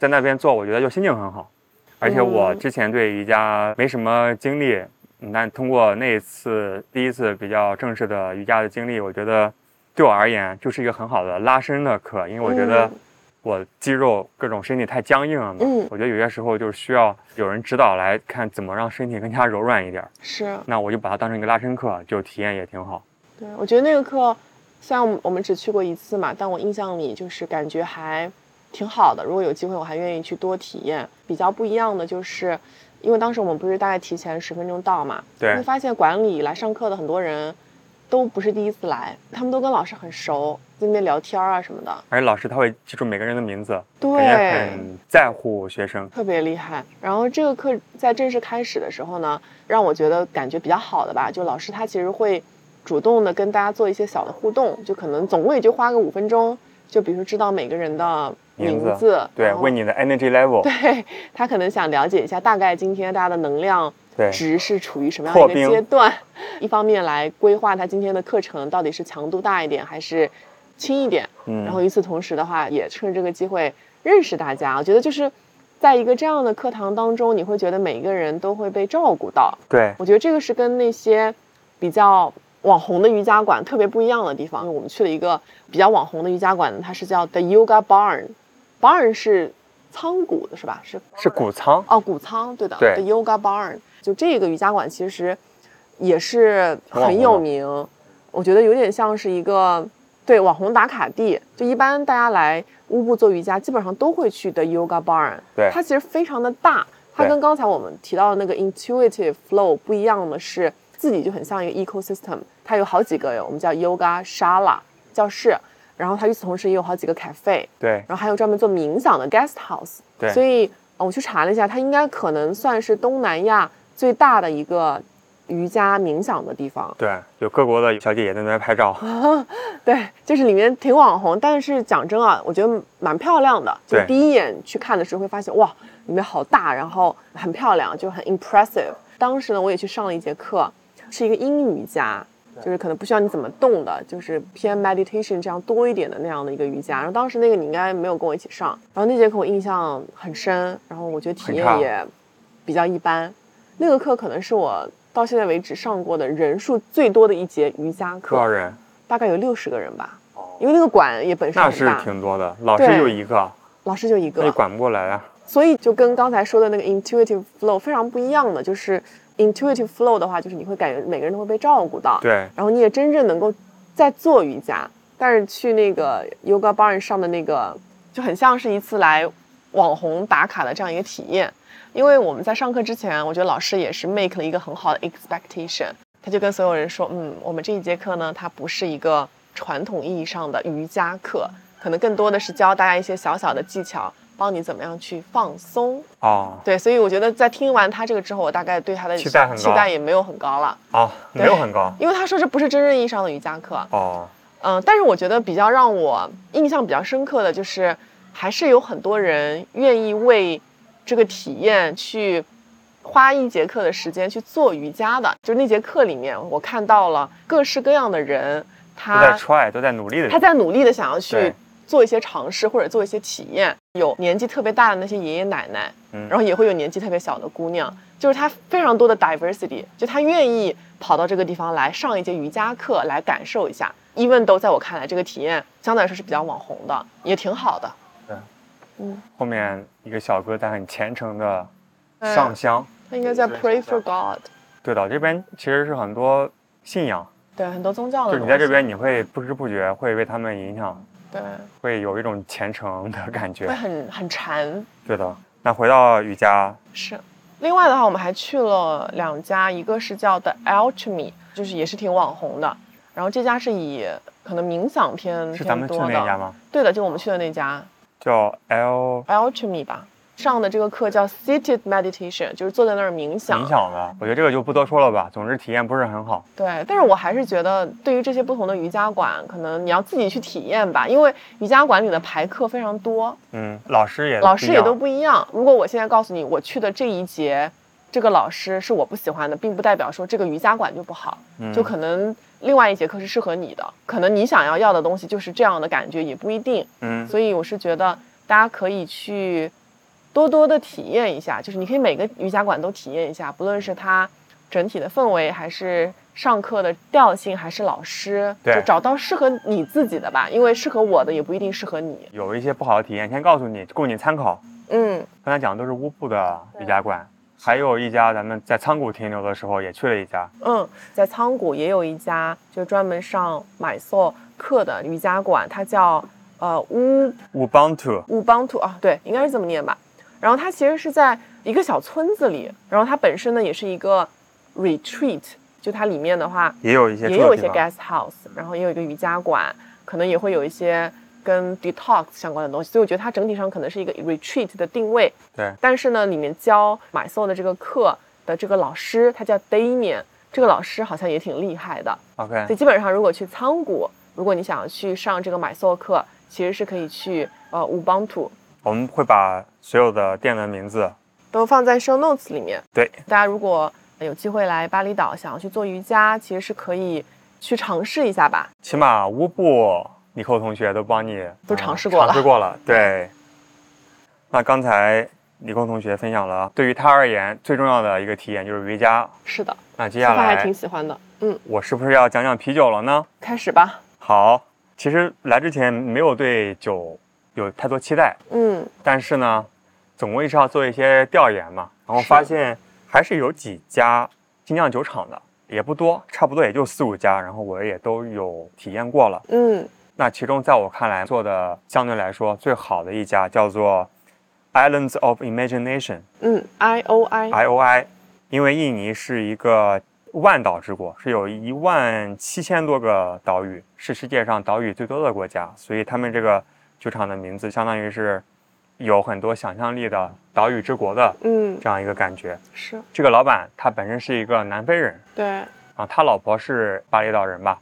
在那边做，我觉得就心情很好。而嗯且我之前对瑜伽没什么经历，嗯但通过那一次第一次比较正式的瑜伽的经历，我觉得对我而言就是一个很好的拉伸的课，因为我觉得嗯我肌肉各种身体太僵硬了嘛，嗯我觉得有些时候就是需要有人指导来看怎么让身体更加柔软一点儿。是那我就把它当成一个拉伸课，就体验也挺好。对，我觉得那个课，虽然我们我们只去过一次嘛，但我印象里就是感觉还挺好的。如果有机会，我还愿意去多体验。比较不一样的就是，因为当时我们不是大概提前十分钟到嘛，对会发现馆里来上课的很多人都不是第一次来，他们都跟老师很熟，在那边聊天啊什么的，而且老师他会记住每个人的名字，感觉对，很在乎学生。特别厉害。然后这个课在正式开始的时候呢，让我觉得感觉比较好的吧，就老师他其实会主动的跟大家做一些小的互动，就可能总共也就花个五分钟，就比如说知道每个人的名名字字，对，然后问你的 energy level，对他可能想了解一下大概今天大家的能量对值是处于什么样的一破冰个阶段，一方面来规划他今天的课程到底是强度大一点还是轻一点，嗯，然后与此同时的话，也趁这个机会认识大家。我觉得就是在一个这样的课堂当中，你会觉得每一个人都会被照顾到。对我觉得这个是跟那些比较网红的瑜伽馆特别不一样的地方。因为我们去了一个比较网红的瑜伽馆，它是叫 The Yoga Barn，Barn 是仓谷的是吧？是是谷仓，哦，谷仓，对的对，The Yoga Barn，就这个瑜伽馆其实也是很有名，我觉得有点像是一个对网红打卡地。就一般大家来乌布做瑜伽，基本上都会去 The Yoga Barn，对它其实非常的大，它对跟刚才我们提到的那个 Intuitive Flow 不一样的是，自己就很像一个 ecosystem，它有好几个我们叫 Yoga Shala 教室，然后它与此同时也有好几个 cafe。对然后还有专门做冥想的 guest house。对所以、呃我去查了一下，它应该可能算是东南亚最大的一个瑜伽冥想的地方。对，有各国的小姐姐在那边拍照，哦对，就是里面挺网红，但是讲真啊，我觉得蛮漂亮的。就对第一眼去看的时候会发现，哇，里面好大，然后很漂亮，就很 impressive。当时呢，我也去上了一节课，是一个阴瑜伽，就是可能不需要你怎么动的，就是偏 meditation 这样多一点的那样的一个瑜伽。然后当时那个你应该没有跟我一起上，然后那节课我印象很深，然后我觉得体很差验也比较一般。那个课可能是我到现在为止上过的人数最多的一节瑜伽课多少，人？大概有六十个人吧。因为那个馆也本身那很是大，挺多的，老师就一个，老师就一那你个，管不过来啊。所以就跟刚才说的那个 intuitive flow 非常不一样的，就是 intuitive flow 的话，就是你会感觉每个人都会被照顾到，对，然后你也真正能够在做瑜伽，但是去那个 yoga barn 上的那个就很像是一次来网红打卡的这样一个体验。因为我们在上课之前，我觉得老师也是 make 了一个很好的 expectation，他就跟所有人说，嗯，我们这一节课呢，它不是一个传统意义上的瑜伽课，可能更多的是教大家一些小小的技巧，帮你怎么样去放松。哦对，所以我觉得在听完他这个之后，我大概对他的期待很高期待也没有很高了，哦，没有很高。因为他说这不是真正意义上的瑜伽课。哦，嗯，但是我觉得比较让我印象比较深刻的就是，还是有很多人愿意为这个体验去花一节课的时间去做瑜伽的。就那节课里面，我看到了各式各样的人，都在他 try，都在努力的啊他在努力的想要去对做一些尝试或者做一些体验。有年纪特别大的那些爷爷奶奶，嗯然后也会有年纪特别小的姑娘，就是她非常多的 diversity，就她愿意跑到这个地方来上一节瑜伽课来感受一下。even though 在我看来，这个体验相对来说是比较网红的，也挺好的。嗯后面一个小哥在很虔诚的上香。她应该在对 pray 是这 for God，对的，这边其实是很多信仰，对很多宗教就是的东你西。在这边，你会不知不觉会被他们影响，对，会有一种虔诚的感觉会。很很馋。对的。那回到瑜伽，是。另外的话，我们还去了两家，一个是叫 The Alchemy，就是也是挺网红的。然后这家是以可能冥想偏是咱偏们去多的的，那家吗？对的，就我们去的那家叫 L Alchemy 吧。上的这个课叫 Seated Meditation，就是坐在那儿冥想。冥想的，我觉得这个就不多说了吧。总之体验不是很好。对，但是我还是觉得，对于这些不同的瑜伽馆，可能你要自己去体验吧，因为瑜伽馆里的排课非常多，嗯，老师也老师不一也样都不一样。如果我现在告诉你，我去的这一节，这个老师是我不喜欢的，并不代表说这个瑜伽馆就不好，嗯就可能另外一节课是适合你的，可能你想要要的东西就是这样的感觉，也不一定。嗯所以我是觉得大家可以去多多的体验一下，就是你可以每个瑜伽馆都体验一下，不论是它整体的氛围，还是上课的调性，还是老师，对就找到适合你自己的吧，因为适合我的也不一定适合你。有一些不好的体验，先告诉你，供你参考。嗯，刚才讲的都是乌布的瑜伽馆，还有一家咱们在仓谷停留的时候也去了一家，嗯，在仓谷也有一家就专门上买塑课的瑜伽馆，它叫呃乌乌邦图。乌邦图啊，对，应该是这么念吧。然后它其实是在一个小村子里，然后它本身呢也是一个 retreat，就它里面的话也有一些也住有的一些地方 guest house，然后也有一个瑜伽馆，可能也会有一些跟 detox 相关的东西，所以我觉得它整体上可能是一个 retreat 的定位。对，但是呢，里面教买塑的这个课的这个老师，他叫 Damian，这个老师好像也挺厉害的，所 OK，以基本上，如果去仓谷，如果你想要去上这个买塑课，其实是可以去呃乌邦图，我们会把所有的店的名字，都放在 show notes 里面。对，大家如果呃有机会来巴厘岛，想要去做瑜伽，其实是可以去尝试一下吧。起码乌布尼寇同学都帮你都嗯尝试过了尝试过 了。对。那刚才尼寇同学分享了，对于他而言最重要的一个体验就是瑜伽。是的，那接这下块还来挺喜欢的。嗯，我是不是要讲讲啤酒了呢？开始吧。好，其实来之前没有对酒有太多期待，嗯，但是呢，总归是要做一些调研嘛。然后是发现还是有几家精酿酒厂的，也不多，差不多也就四五家。然后我也都有体验过了。嗯，那其中在我看来做的相对来说最好的一家叫做 Islands of Imagination 嗯，I O I， （IOI），因为印尼是一个万岛之国，是有一万七千多个岛屿，是世界上岛屿最多的国家，所以他们这个酒厂的名字相当于是有很多想象力的岛屿之国的嗯，这样一个感觉。是这个老板他本身是一个南非人，对，啊，他老婆是巴厘岛人吧？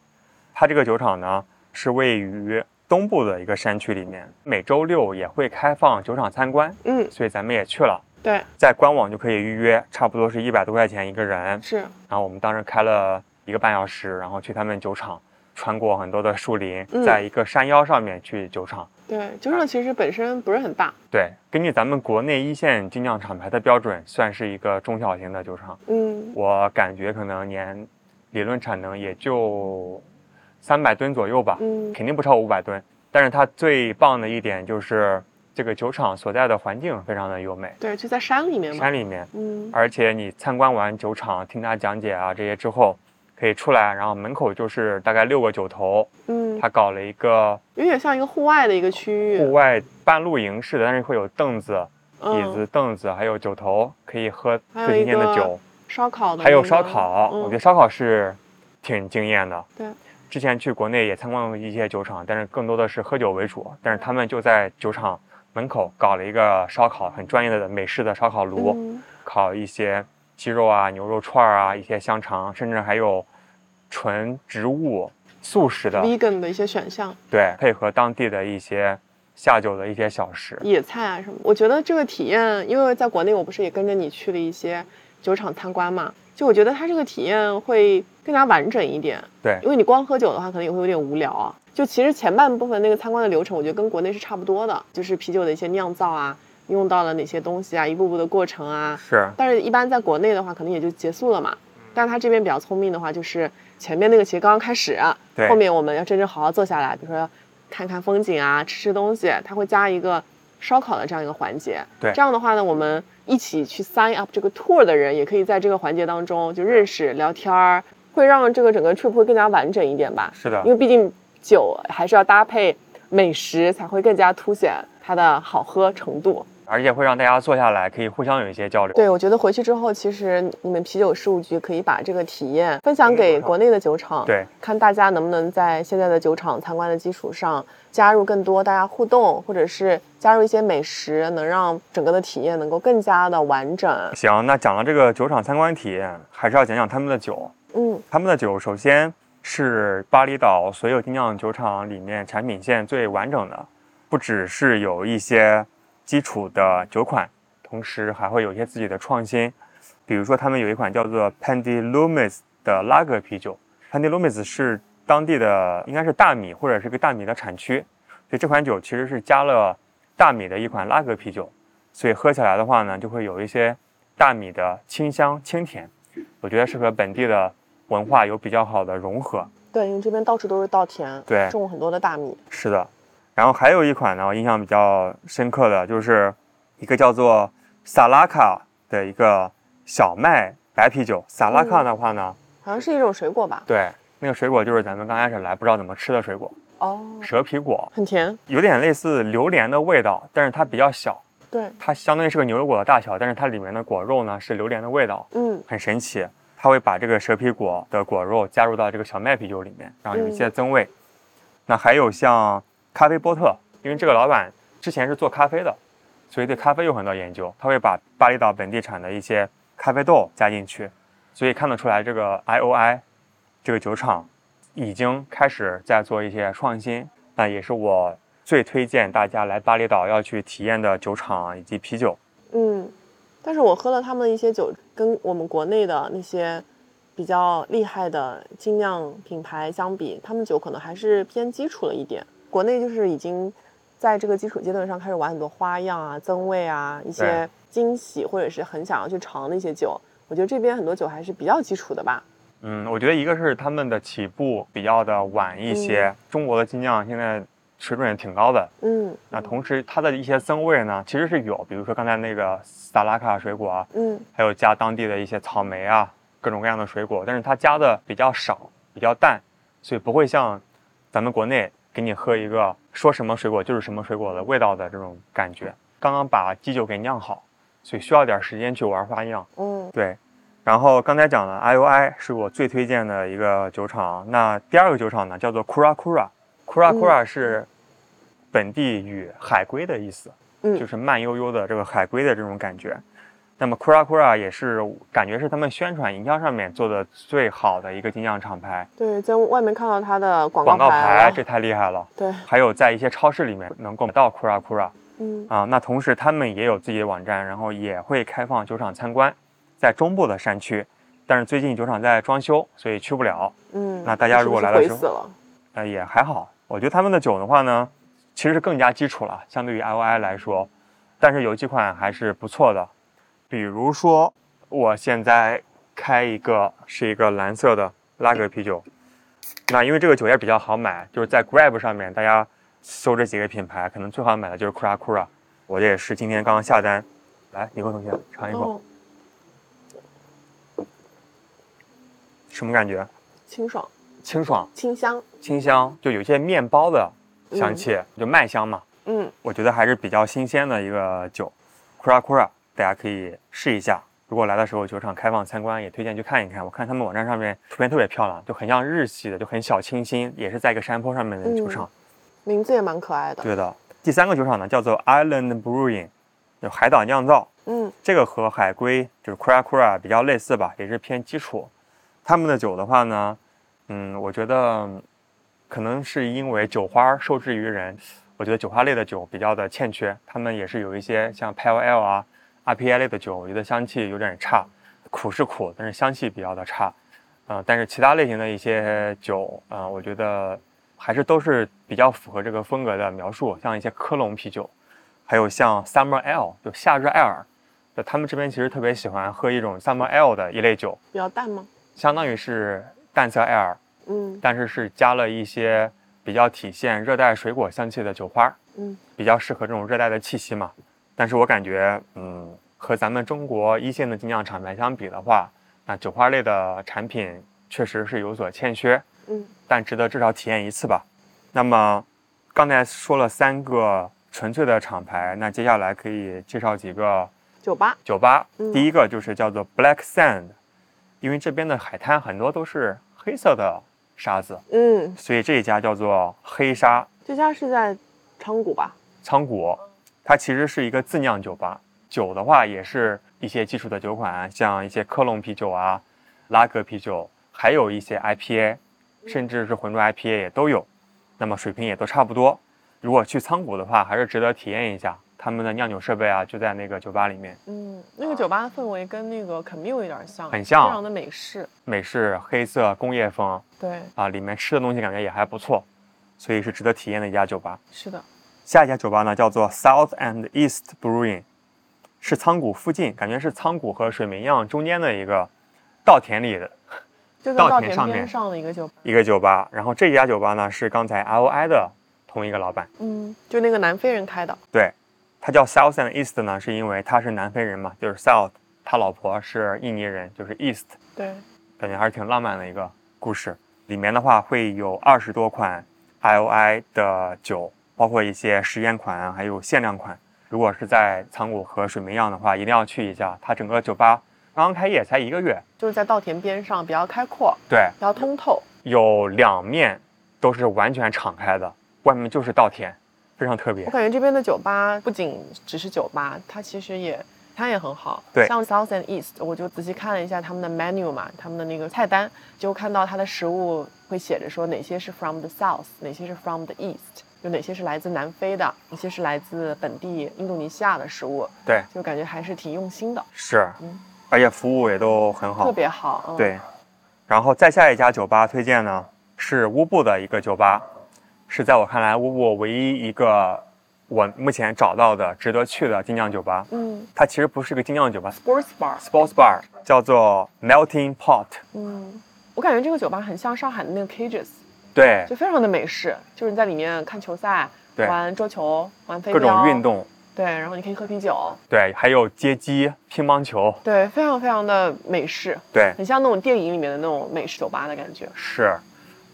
他这个酒厂呢是位于东部的一个山区里面，每周六也会开放酒厂参观，嗯，所以咱们也去了，对，在官网就可以预约，差不多是一百多块钱一个人。是，然后我们当时开了一个半小时，然后去他们酒厂，穿过很多的树林嗯，在一个山腰上面去酒厂。对，酒啊厂其实本身不是很大。对，根据咱们国内一线精酿厂牌的标准，算是一个中小型的酒厂。嗯，我感觉可能年理论产能也就三百吨左右吧，嗯肯定不超五百吨。但是它最棒的一点就是这个酒厂所在的环境非常的优美，对，就在山里面嘛。山里面，嗯，而且你参观完酒厂，听他讲解啊这些之后，可以出来，然后门口就是大概六个酒头，嗯，他搞了一个有点像一个户外的一个区域，户外半露营式的，但是会有凳子、椅嗯，子、凳子，还有酒头，可以喝还有最新一鲜的个酒，烧烤的那个，还有烧烤，我觉嗯得烧烤是挺惊艳的。对，之前去国内也参观过一些酒厂，但是更多的是喝酒为主，但是他们就在酒厂门口搞了一个烧烤，很专业的美式的烧烤炉，嗯烤一些鸡肉啊、牛肉串儿啊、一些香肠，甚至还有纯植物素食的，嗯 vegan 的一些选项，对，配合当地的一些下酒的一些小食。野菜啊什么。我觉得这个体验，因为在国内我不是也跟着你去了一些酒厂参观嘛，就我觉得它这个体验会更加完整一点。对因为你光喝酒的话，可能也会有点无聊啊。就其实前半部分那个参观的流程，我觉得跟国内是差不多的，就是啤酒的一些酿造啊，用到了哪些东西啊，一步步的过程啊，是，但是，一般在国内的话，可能也就结束了嘛。但是他这边比较聪明的话，就是前面那个其实刚刚开始，啊对后面我们要真正好好坐下来，比如说看看风景啊，吃吃东西，他会加一个烧烤的这样一个环节。对这样的话呢，我们一起去 sign up 这个 tour 的人，也可以在这个环节当中就认识、聊天儿，会让这个整个 trip 会更加完整一点吧。是的因，为毕竟酒还是要搭配美食，才会更加凸显它的好喝程度。而且会让大家坐下来可以互相有一些交流。对，我觉得回去之后，其实你们啤酒事务局可以把这个体验分享给国内的酒厂，对，看大家能不能在现在的酒厂参观的基础上，加入更多大家互动，或者是加入一些美食，能让整个的体验能够更加的完整。行，那讲了这个酒厂参观体验，还是要讲讲他们的酒。嗯他们的酒首先是巴厘岛所有精酿酒厂里面产品线最完整的，不只是有一些基础的酒款，同时还会有一些自己的创新。比如说，他们有一款叫做 Pandy Lumis 的拉格啤酒，Pandy Lumis 是当地的应该是大米或者是个大米的产区，所以这款酒其实是加了大米的一款拉格啤酒，所以喝起来的话呢，就会有一些大米的清香清甜，我觉得是和本地的文化有比较好的融合。对，因为这边到处都是稻田，对种很多的大米。是的，然后还有一款呢，我印象比较深刻的就是一个叫做萨拉卡的一个小麦白啤酒。萨拉卡的话呢，好像是一种水果吧？对，那个水果就是咱们刚开始来不知道怎么吃的水果，哦，蛇皮果，很甜。有点类似榴莲的味道，但是它比较小，对，它相当于是个牛油果的大小，但是它里面的果肉呢是榴莲的味道。嗯，很神奇，它会把这个蛇皮果的果肉加入到这个小麦啤酒里面，然后有一些增味。那还有像咖啡波特，因为这个老板之前是做咖啡的，所以对咖啡有很多研究。他会把巴厘岛本地产的一些咖啡豆加进去，所以看得出来这个 IOI 这个酒厂已经开始在做一些创新。那也是我最推荐大家来巴厘岛要去体验的酒厂以及啤酒。嗯，但是我喝了他们的一些酒，跟我们国内的那些比较厉害的精酿品牌相比，他们酒可能还是偏基础了一点。国内就是已经在这个基础阶段上开始玩很多花样啊、增味啊、一些惊喜，或者是很想要去尝的一些酒。我觉得这边很多酒还是比较基础的吧。嗯，我觉得一个是他们的起步比较的晚一些，中国的精酿现在水准也挺高的。嗯那同时，它的一些增味呢，其实是有，比如说刚才那个萨拉卡水果啊，嗯还有加当地的一些草莓啊，各种各样的水果，但是它加的比较少，比较淡，所以不会像咱们国内给你喝一个说什么水果就是什么水果的味道的这种感觉。刚刚把基酒给酿好，所以需要点时间去玩花样。嗯对，然后刚才讲了 IOI 是我最推荐的一个酒厂，那第二个酒厂呢叫做 Kura Kura。Kura 嗯 Kura 是本地语海龟的意思，嗯就是慢悠悠的这个海龟的这种感觉。那么 Kura Kura 也是感觉是他们宣传营销上面做的最好的一个精酿厂牌，对，在外面看到它的广告广告牌啊这太厉害了。对，还有在一些超市里面能够买到 Kura Kura。嗯啊，那同时他们也有自己的网站，然后也会开放酒厂参观，在中部的山区，但是最近酒厂在装修，所以去不了。嗯。那大家是如不果是来的悔时候死了，呃，也还好。我觉得他们的酒的话呢，其实是更加基础了，相对于 L I 来说，但是有几款还是不错的，比如说我现在开一个是一个蓝色的拉格啤酒，那因为这个酒也比较好买，就是在 Grab 上面大家搜这几个品牌，可能最好买的就是 Kura Kura，我这也是今天刚刚下单，来，李坤同学尝一口，哦，什么感觉？清爽、清爽、清香，清香，就有些面包的香气，就麦香嘛。嗯，我觉得还是比较新鲜的一个酒，Kura Kura，大家可以试一下。如果来的时候酒厂开放参观，也推荐去看一看。我看他们网站上面图片特别漂亮，就很像日系的，就很小清新，也是在一个山坡上面的酒厂。名字也蛮可爱的。对的。第三个酒厂呢叫做 Island Brewing，就海岛酿造。嗯这个和海龟就是 Kura Kura 比较类似吧，也是偏基础。他们的酒的话呢，嗯，我觉得嗯可能是因为酒花受制于人，我觉得酒花类的酒比较的欠缺。他们也是有一些像 Pale Ale 啊、RPI 类的酒，我觉得香气有点差，苦是苦，但是香气比较的差。嗯、但是其他类型的一些酒，啊、我觉得还是都是比较符合这个风格的描述，像一些科隆啤酒，还有像 Summer Ale 就夏日艾尔，就他们这边其实特别喜欢喝一种 Summer Ale 的一类酒，比较淡吗？相当于是淡色艾尔，嗯但是是加了一些比较体现热带水果香气的酒花，嗯，比较适合这种热带的气息嘛。但是我感觉，嗯，和咱们中国一线的精酿厂牌相比的话，那酒花类的产品确实是有所欠缺。嗯但值得至少体验一次吧。那么刚才说了三个纯粹的厂牌，那接下来可以介绍几个酒吧，酒吧。嗯第一个就是叫做 Black Sand，因为这边的海滩很多都是黑色的沙子，嗯，所以这一家叫做黑沙这家是在昌谷吧？仓谷。它其实是一个自酿酒吧，酒的话也是一些基础的酒款，啊像一些科隆啤酒啊、拉格啤酒，还有一些 IPA，甚至是浑浊 IPA 也都有，那么水平也都差不多。如果去仓谷的话，还是值得体验一下他们的酿酒设备啊，就在那个酒吧里面，嗯，那个酒吧的氛围跟那个 Camille 有点像，很像非常的美式。美式黑色工业风对，啊，里面吃的东西感觉也还不错，所以是值得体验的一家酒吧。是的，下一家酒吧呢叫做 South and East Brewing，是仓谷附近，感觉是仓谷和水门漾中间的一个稻田里的就在稻稻田田上边面上的一个酒吧。一个酒吧。然后这家酒吧呢是刚才 ROI 的同一个老板，嗯，就那个南非人开的。对，他叫 South and East 呢，是因为他是南非人嘛，就是 South，他老婆是印尼人，就是 East，对，感觉还是挺浪漫的一个故事。里面的话会有二十多款 IOI 的酒，包括一些实验款，啊还有限量款。如果是在仓谷和水门漾的话，一定要去一下。它整个酒吧刚刚开业才一个月，就是在稻田边上，比较开阔，对，比较通透。有两面都是完全敞开的，外面就是稻田，非常特别我。感觉这边的酒吧不仅只是酒吧，它其实也它也很好。对像 South and East，我就仔细看了一下他们的 menu 嘛，他们的那个菜单，就看到它的食物会写着说哪些是 from the South，哪些是 from the East，有哪些是来自南非的，哪些是来自本地印度尼西亚的食物，对，就感觉还是挺用心的，是嗯，而且服务也都很好特。别好。嗯，对，然后再下一家酒吧推荐呢是乌布的一个酒吧，是在我看来乌布唯一一个我目前找到的值得去的精酿酒吧。嗯它其实不是个精酿酒吧，Sports Bar， ，sports bar 叫做 Melting Pot。嗯，我感觉这个酒吧很像上海的那个 Cages，对，就非常的美式，就是你在里面看球赛、对玩桌球、玩飞各种镖运动，对，然后你可以喝啤酒，对，还有街机、乒乓球，对，非常非常的美式，对，很像那种电影里面的那种美式酒吧的感觉。是，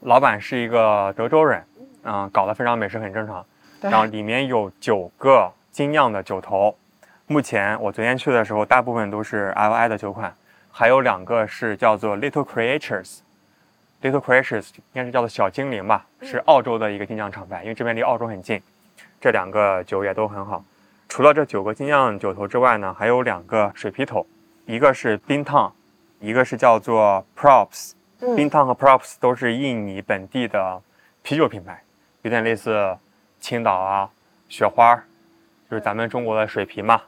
老板是一个德州人，嗯，搞得非常美式，很正常。对然，后里面有九个精酿的酒头。目前我昨天去的时候，大部分都是 LI 的酒款，还有两个是叫做 Little Creatures。Little Creatures 应该是叫做小精灵吧，是澳洲的一个精酿厂牌，因为这边离澳洲很近。这两个酒也都很好。除了这九个精酿酒头之外呢，还有两个水啤头，一个是冰烫，一个是叫做 Props。冰嗯，烫和 Props 都是印尼本地的啤酒品牌，有点类似青岛啊、雪花儿，就是咱们中国的水啤嘛。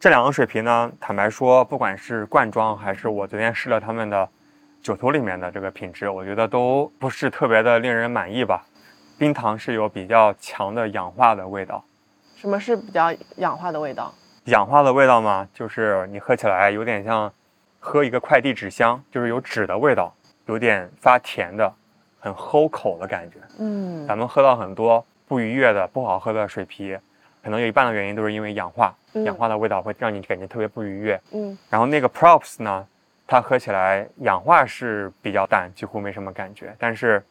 这两个水啤呢，坦白说，不管是罐装还是我昨天试了他们的酒头里面的这个品质，我觉得都不是特别的令人满意吧。冰糖是有比较强的氧化的味道，什么是比较氧化的味道？氧化的味道嘛，就是你喝起来有点像喝一个快递纸箱，就是有纸的味道，有点发甜的，很齁口的感觉。嗯啊咱们喝到很多不愉悦的、不好喝的水啤，可能有一半的原因都是因为氧化，嗯氧化的味道会让你感觉特别不愉悦。嗯然后那个 props 呢，它喝起来氧化是比较淡，几乎没什么感觉。但是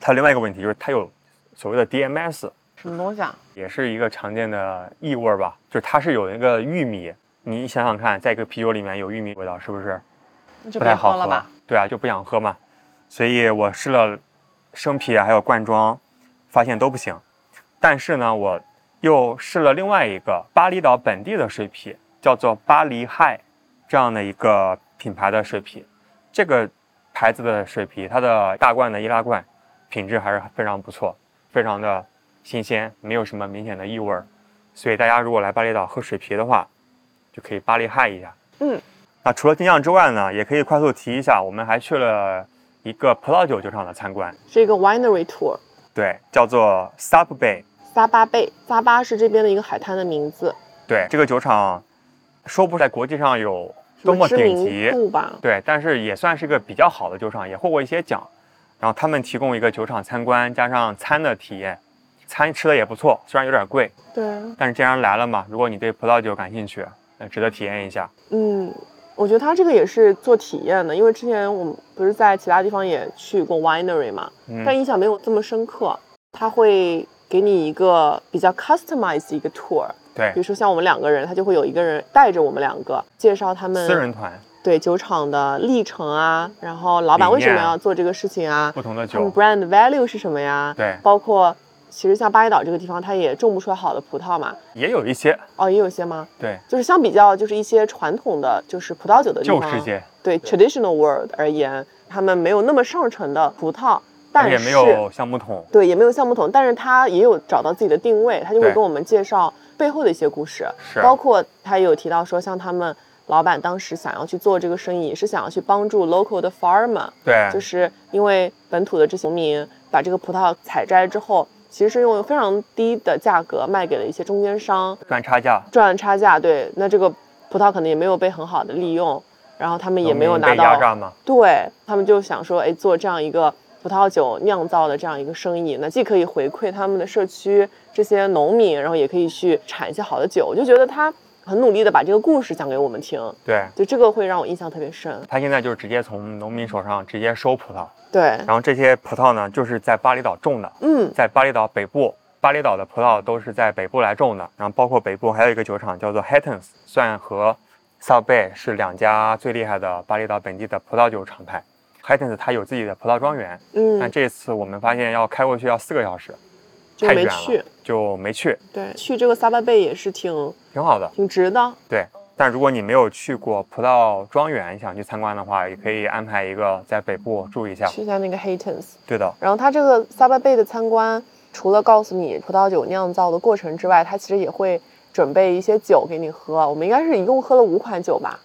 它另外一个问题就是它有所谓的 DMS，什么东西啊？也是一个常见的异味儿吧，就是它是有一个玉米。你想想看，在一个啤酒里面有玉米味道，是不是那就不别太好喝喝了吧。？对啊，就不想喝嘛。所以我试了生啤啊还有罐装，发现都不行。但是呢，我又试了另外一个巴厘岛本地的水啤，叫做巴黎嗨这样的一个品牌的水啤。这个牌子的水啤，它的大罐的易拉罐品质还是非常不错，非常的新鲜，没有什么明显的异味儿。所以大家如果来巴厘岛喝水啤的话，就可以巴黎嗨一下。嗯，那除了精酿之外呢，也可以快速提一下，我们还去了一个葡萄酒酒厂的参观，是一个 winery tour，对，叫做 Sub Bay。撒巴贝，撒巴是这边的一个海滩的名字，对，这个酒厂说不在国际上有什多么么知顶名级，度吧？对，但是也算是个比较好的酒厂，也获过一些奖。然后他们提供一个酒厂参观，加上餐的体验，餐吃的也不错，虽然有点贵，对，但是既然来了嘛，如果你对葡萄酒感兴趣，那值得体验一下。嗯，我觉得它这个也是做体验的，因为之前我们不是在其他地方也去过 winery 嘛，但嗯，印象没有这么深刻。它会给你一个比较 customized 的一个 tour，对比如，说像我们两个人，他就会有一个人带着我们两个介绍他们私人团对酒厂的历程啊，然后老板理为什么念啊要做这个事情啊，不同的他们酒， brand value 是什么呀？对，包括其实像巴厘岛这个地方，它也种不出来好的葡萄嘛。也有一些哦，也有些吗？对就是相比较，就是一些传统的，就是葡萄酒的地旧方，世界，对 traditional world 而言，他们没有那么上乘的葡萄，但而且是没有橡木桶，对也没有橡木桶，但是他也有找到自己的定位，他就会对跟我们介绍背后的一些故事。是包括他也有提到说，像他们老板当时想要去做这个生意，也是想要去帮助 local 的 farmer，对就，是因为本土的这些农民把这个葡萄采摘之后，其实是用非常低的价格卖给了一些中间商，赚差价，赚差价。对，那这个葡萄可能也没有被很好的利用，然后他们也没有农民被拿压到，榨嘛，对他们就想说，哎，做这样一个。葡萄酒酿造的这样一个生意，那既可以回馈他们的社区这些农民，然后也可以去产一些好的酒。我就觉得他很努力的把这个故事讲给我们听，对。就这个会让我印象特别深。他现在就是直接从农民手上直接收葡萄，对，然后这些葡萄呢，就是在巴厘岛种的，嗯，在巴厘岛北部，巴厘岛的葡萄都是在北部来种的，然后包括北部还有一个酒厂叫做 Hattons，算和 South Bay 是两家最厉害的巴厘岛本地的葡萄酒厂牌。Hattons 它有自己的葡萄庄园，但嗯，这次我们发现要开过去要四个小时，就太没远去了。，就没去，对，去这个撒巴贝也是挺挺好的。挺值的。对，但如果你没有去过葡萄庄园，想去参观的话，也可以安排一个在北部住一下。去一下那个 Haytons，对的，然后它这个撒巴贝的参观，除了告诉你葡萄酒酿造的过程之外，它其实也会准备一些酒给你喝。我们应该是一共喝了五款酒吧？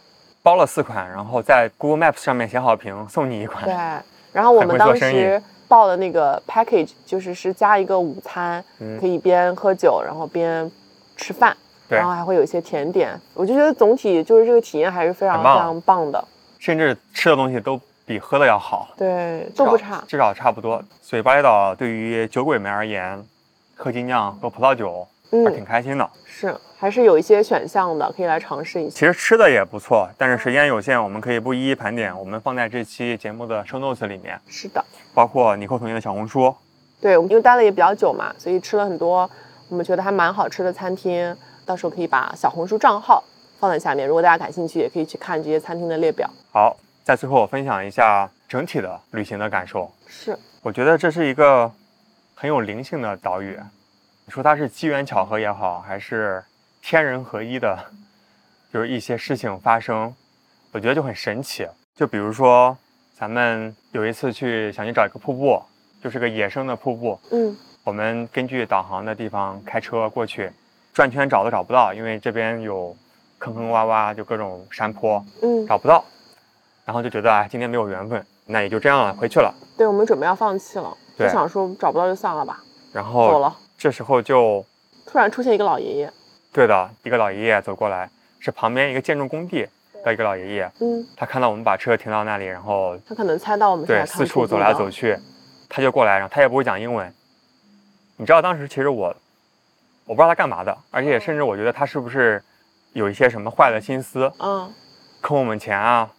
包了四款，然后在 Google Maps 上面写好评，送你一款。对。啊然后我们当哎还会做生时报的那个 package 就是是加一个午餐，嗯可以边喝酒然后边吃饭，对然后还会有一些甜点。我就觉得总体就是这个体验还是非常很非棒常棒的。甚至吃的东西都比喝的要好，对，都不差。至少差不多。所以巴厘岛对于酒鬼们而言，喝精酿、喝葡萄酒还挺嗯，开心的。是，还是有一些选项的，可以来尝试一下。其实吃的也不错，但是时间有限，我们可以不一一盘点，我们放在这期节目的 show notes 里面，是的，包括尼克同学的小红书。对，我们因为待的也比较久嘛，所以吃了很多我们觉得还蛮好吃的餐厅。到时候可以把小红书账号放在下面，如果大家感兴趣，也可以去看这些餐厅的列表。好，在最后我分享一下整体的旅行的感受。是，我觉得这是一个很有灵性的岛屿。你说它是机缘巧合也好，还是天人合一的， 就是一些事情发生，我觉得就很神奇。就比如说，咱们有一次去想去找一个瀑布，就是个野生的瀑布，嗯，我们根据导航的地方开车过去，转圈找都找不到，因为这边有坑坑洼洼，就各种山坡嗯，找不到，然后就觉得啊，今天没有缘分，那也就这样了，回去了。对，我们准备要放弃了，就对哦想说找不到就算了吧，然走后了。这时候就突然出现一个老爷爷，对的，一个老爷爷走过来，是旁边一个建筑工地的一个老爷爷，嗯，他看到我们把车停到那里，然后他可能猜到我们是来对看四处瀑布走来的走去，他就过来，然后他也不会讲英文。你知道当时其实我我不知道他干嘛的，而嗯且甚至我觉得他是不是有一些什么坏的心思，嗯坑我们钱啊，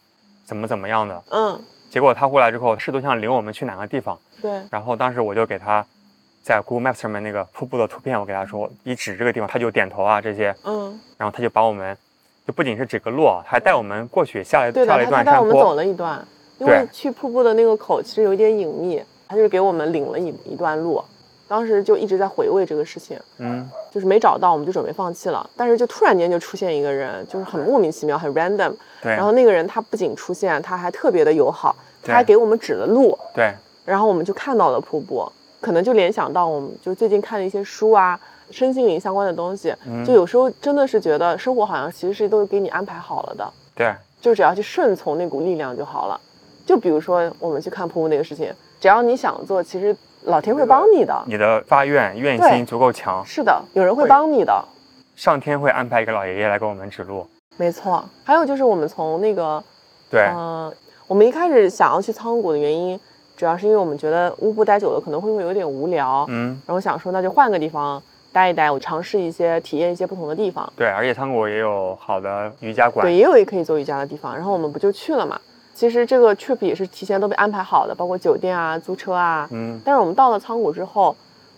怎么怎么样的。嗯，结果他过来之后，试图想领我们去哪个地方，对，然后当时我就给他在 Google Maps 上面那个瀑布的图片，我给他说一指这个地方，他就点头啊这些，嗯，然后他就把我们就不仅是指个路啊，还带我们过去下了对下了的，一他段他带山我们走坡，了一段，因为对去瀑布的那个口其实有一点隐秘，他就是给我们领了一一段路，当时就一直在回味这个事情。嗯，就是没找到，我们就准备放弃了。但是就突然间就出现一个人，就是很莫名其妙，很 random。对然后那个人他不仅出现，他还特别的友好，他还对给我们指了路，对然后我们就看到了瀑布。可能就联想到我们就是最近看的一些书啊，身心灵相关的东西，嗯就有时候真的是觉得生活好像其实是都给你安排好了的，对就只要去顺从那股力量就好了。就比如说我们去看瀑布那个事情，只要你想做，其实老天会帮你的。你的发愿愿对心足够强，是的，有人会会帮你的。上天会安排一个老爷爷来给我们指路。没错，还有就是我们从那个，对，嗯、我们一开始想要去仓谷的原因，主要是因为我们觉得乌布待久了可能会不会有点无聊，嗯，然后想说那就换个地方待一待，我尝试一些体验一些不同的地方，对，而且仓谷也有好的瑜伽馆对，，也有可以做瑜伽的地方，然后我们不就去了嘛。其实这个 trip 也是提前都被安排好的，包括酒店啊、租车啊。嗯，但是我们到了仓谷之后，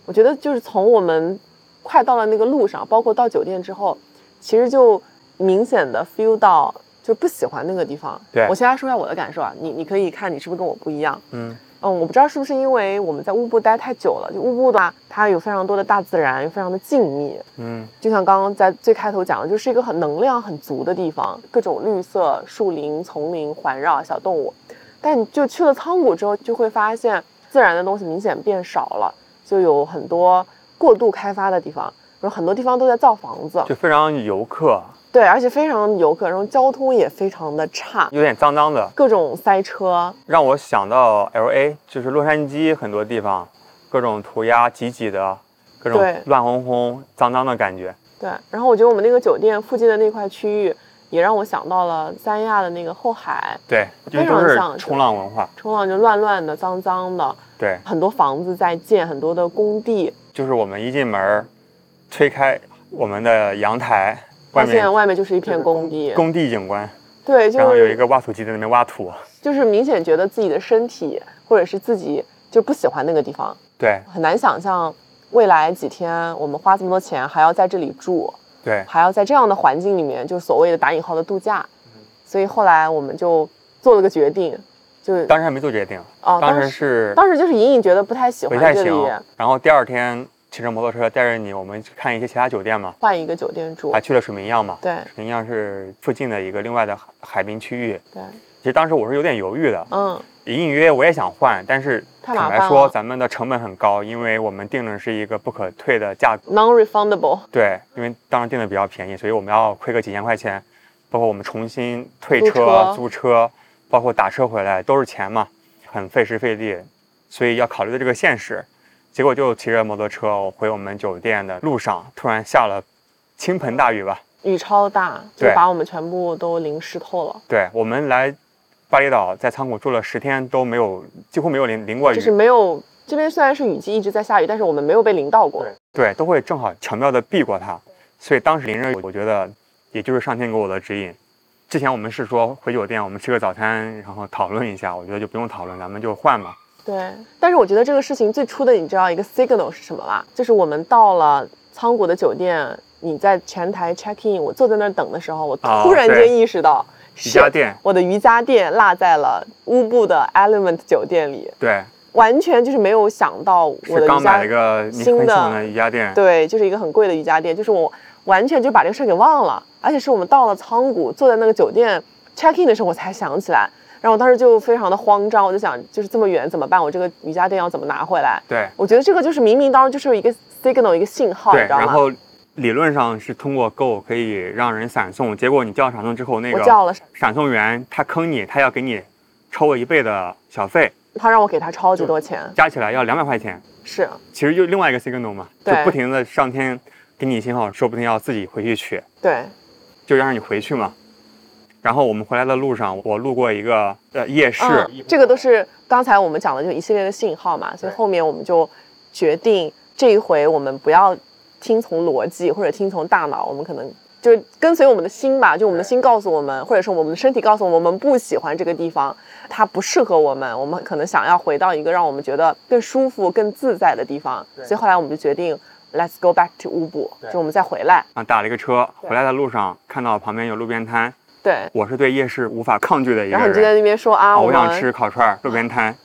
我觉得就是从我们快到了那个路上，包括到酒店之后，其实就明显的 feel 到就不喜欢那个地方。对我先来说一下我的感受啊，你你可以看你是不是跟我不一样。嗯，嗯，我不知道是不是因为我们在乌布待太久了，就乌布的话，它有非常多的大自然，有非常的静谧，嗯，就像刚刚在最开头讲的，就是一个很能量很足的地方，各种绿色、树林、丛林环绕，小动物。但你就去了仓谷之后，就会发现自然的东西明显变少了，就有很多过度开发的地方，然后很多地方都在造房子，就非常游客，对，而且非常游客，然后交通也非常的差，有点脏脏的，各种塞车，让我想到 L A，就是洛杉矶很多地方，各种涂鸦挤挤的，各种对乱哄哄、脏脏的感觉。对。然后我觉得我们那个酒店附近的那块区域，也让我想到了三亚的那个后海，对，因为非常都是像冲浪文化。冲浪就乱乱的、脏脏的，对，很多房子在建，很多的工地，就是我们一进门儿，推开我们的阳台，外发面现外面就是一片工地，工地景观，对，就然后有一是个挖土机在那边挖土。就是明显觉得自己的身体或者是自己就不喜欢那个地方，对很难想象未来几天我们花这么多钱还要在这里住，对，还要在这样的环境里面，就是所谓的打引号的度假，所以后来我们就做了个决定，就是当时还没做决定，哦当当时时是当时就是隐隐觉得不太喜不欢太这行里，。然后第二天骑着摩托车带着你，我们去看一些其他酒店嘛，换一个酒店住还，去了水明漾嘛。对水明漾是附近的一个另外的海海滨区域。对，其实当时我是有点犹豫的，嗯，隐隐约约我也想换，但是太坦麻白烦说，了咱们的成本很高，因为我们定的是一个不可退的价格。 ，non-refundable，对，因为当时定的比较便宜，所以我们要亏个几千块钱，包括我们重新退车、租车租车，包括打车回来都是钱嘛，很费时费力，所以要考虑到这个现实。结果就骑着摩托车我回我们酒店的路上，突然下了倾盆大雨吧。雨超大，就对把我们全部都淋湿透了。对我们来巴厘岛，在仓库住了十天都没有，几乎没有淋淋过雨，就是没有这边虽然是雨季一直在下雨，但是我们没有被淋到过。对，都会正好巧妙的避过它。所以当时淋着雨，我觉得也就是上天给我的指引。之前我们是说回酒店，我们吃个早餐，然后讨论一下。我觉得就不用讨论，咱们就换吧。对，但是我觉得这个事情最初的你知道一个 signal 是什么吧？就是我们到了仓谷的酒店，你在前台 check in，我坐在那儿等的时候，我啊突然对间意识到，瑜是伽垫，我的瑜伽垫落在了乌布的 Element 酒店里，对，完全就是没有想到我是的瑜刚买了伽一个你新很喜欢的的瑜伽垫。对，就是一个很贵的瑜伽垫，就是我完全就把这个事儿给忘了，而且是我们到了仓谷，坐在那个酒店 check in 的时候，我才想起来。然后我当时就非常的慌张，我就想，就是这么远怎么办？我这个瑜伽垫要怎么拿回来？对我觉得这个就是冥冥当中就是一个 signal，一个信号，你对，知道然吗？后理论上是通过购可以让人闪送，结果你叫闪送之后，那我个叫了，闪送员他坑你，他要给你超过一倍的小费，他让我给他超级多钱，加起来要两百块钱。是其实就另外一个 signal 嘛，就对不停的上天给你信号，说不定要自己回去取，对，就让你回去嘛。然后我们回来的路上，我路过一个呃夜市，嗯，这个都是刚才我们讲的就一系列的信号嘛，所以对后面我们就决定这一回我们不要听从逻辑或者听从大脑，我们可能就是跟随我们的心吧，就我们的心告诉我们，或者是我们的身体告诉我们，我们不喜欢这个地方，它不适合我们，我们可能想要回到一个让我们觉得更舒服、更自在的地方。对所以后来我们就决定，let's go back to 乌布，对就我们再回来。啊，打了一个车，对回来的路上看到旁边有路边摊，对，我是对夜市无法抗拒的一然后个你就在人。那边说啊，啊，我我想们吃烤串儿，路边摊。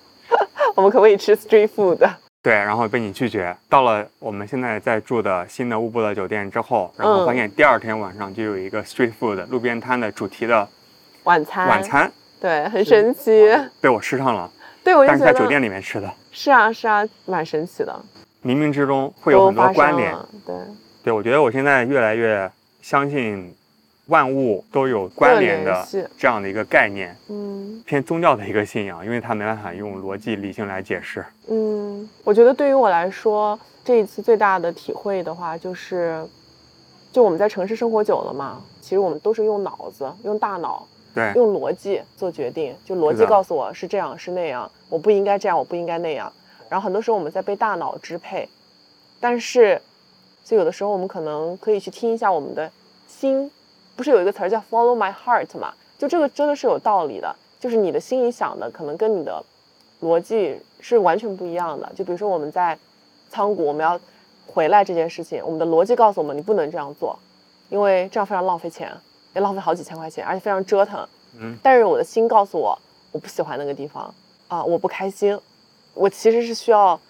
我们可不可以吃 street food？对，然后被你拒绝。到了我们现在在住的新的乌布勒酒店之后，然嗯后发现第二天晚上就有一个 street food 路边摊的主题的晚餐，晚，餐，对，很神奇。被我吃上了，对，我就但觉是得在酒店里面吃的，是啊是啊，蛮神奇的，冥冥之中会有都很多发关生联。了，对，对，我觉得我现在越来越相信万物都有关联都有的联系这样的一个概念，嗯。偏宗教的一个信仰，因为它没办法用逻辑理性来解释。嗯，我觉得对于我来说，这一次最大的体会的话，就是，就我们在城市生活久了嘛，其实我们都是用脑子、用大脑、对，用逻辑做决定，就逻是辑的告诉我是这样是那样，我不应该这样，我不应该那样。然后很多时候我们在被大脑支配，但是，就有的时候我们可能可以去听一下我们的心，不是有一个词儿叫 “follow my heart” 嘛？就这个真的是有道理的，就是你的心里想的可能跟你的逻辑是完全不一样的。就比如说我们在仓谷，我们要回来这件事情，我们的逻辑告诉我们你不能这样做，因为这样非常浪费钱，要浪费好几千块钱，而且非常折腾。嗯，但是我的心告诉我，我不喜欢那个地方啊，我不开心，我其实是需要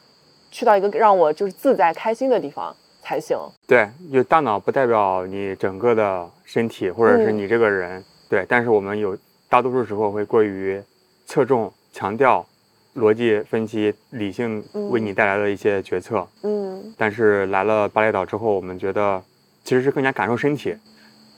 去到一个让我就是自在开心的地方才行。对，有大脑不代表你整个的身体或者是嗯你这个人，对。但是我们有大多数时候会过于侧重强调逻辑分析、理性为嗯你带来的一些决策。嗯，但是来了巴厘岛之后，我们觉得其实是更加感受身体，也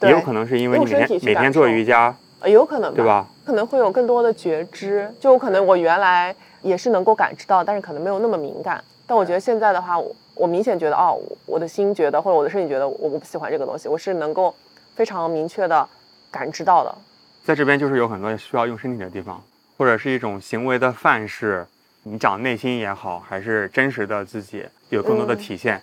对，有可能是因为用你身每体天去每感天做受瑜伽，呃有可能吧对吧？可能会有更多的觉知，就有可能我原来也是能够感知到，但是可能没有那么敏感。但我觉得现在的话，我我明显觉得哦，我我的心觉得或者我的身体觉得我我不喜欢这个东西，我是能够非常明确的感知到的。在这边就是有很多需要用身体的地方，或者是一种行为的范式，你讲内心也好，还是真实的自己有更多的嗯体现。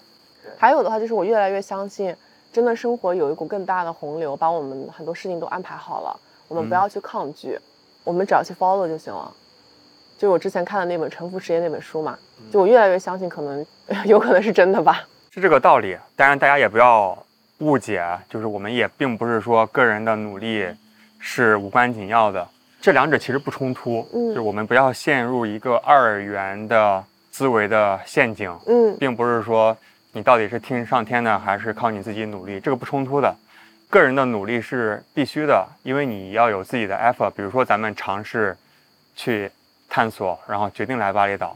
还有的话就是我越来越相信，真的生活有一股更大的洪流，把我们很多事情都安排好了，我们不嗯要去抗拒，我们只要去 follow 就行了。就是我之前看的那本《沉浮实验》那本书嘛，就我越来越相信，可能 有可能是真的吧。是这个道理。当然，大家也不要误解，就是我们也并不是说个人的努力是无关紧要的，这两者其实不冲突。嗯就是我们不要陷入一个二元的思维的陷阱，嗯并不是说你到底是听上天的还是靠你自己努力，这个不冲突的。个人的努力是必须的，因为你要有自己的 effort。比如说，咱们尝试去探索，然后决定来巴厘岛，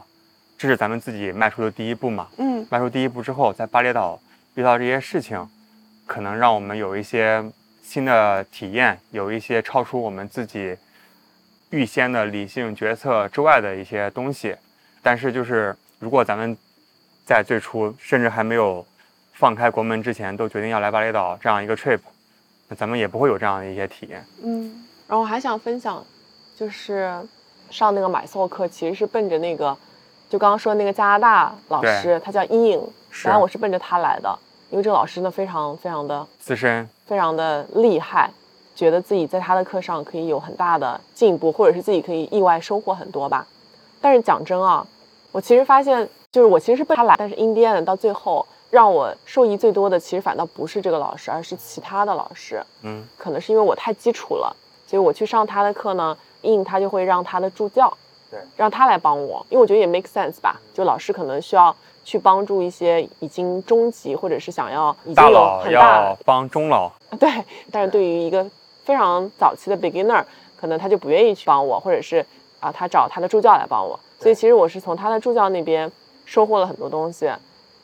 这是咱们自己迈出的第一步嘛。嗯迈出第一步之后，在巴厘岛遇到这些事情，可能让我们有一些新的体验，有一些超出我们自己预先的理性决策之外的一些东西。但是，就是如果咱们在最初甚至还没有放开国门之前，都决定要来巴厘岛这样一个 trip，那咱们也不会有这样的一些体验。嗯。然后还想分享，就是上那个买错课，其实是奔着那个，就刚刚说那个加拿大老对师，他叫伊颖，是然后我是奔着他来的，因为这个老师呢非常非常的自身非常的厉害，觉得自己在他的课上可以有很大的进步，或者是自己可以意外收获很多吧。但是讲真啊，我其实发现，就是我其实是被他来，但是 in the end 到最后让我受益最多的，其实反倒不是这个老师，而是其他的老师。嗯可能是因为我太基础了，所以我去上他的课呢，应他就会让他的助教，对，让他来帮我，因为我觉得也 make sense 吧，就老师可能需要去帮助一些已经中级或者是想要已经大有佬很大要帮中老，对，但是对于一个非常早期的 beginner，可能他就不愿意去帮我，或者是啊，他找他的助教来帮我。所对以其实我是从他的助教那边收获了很多东西。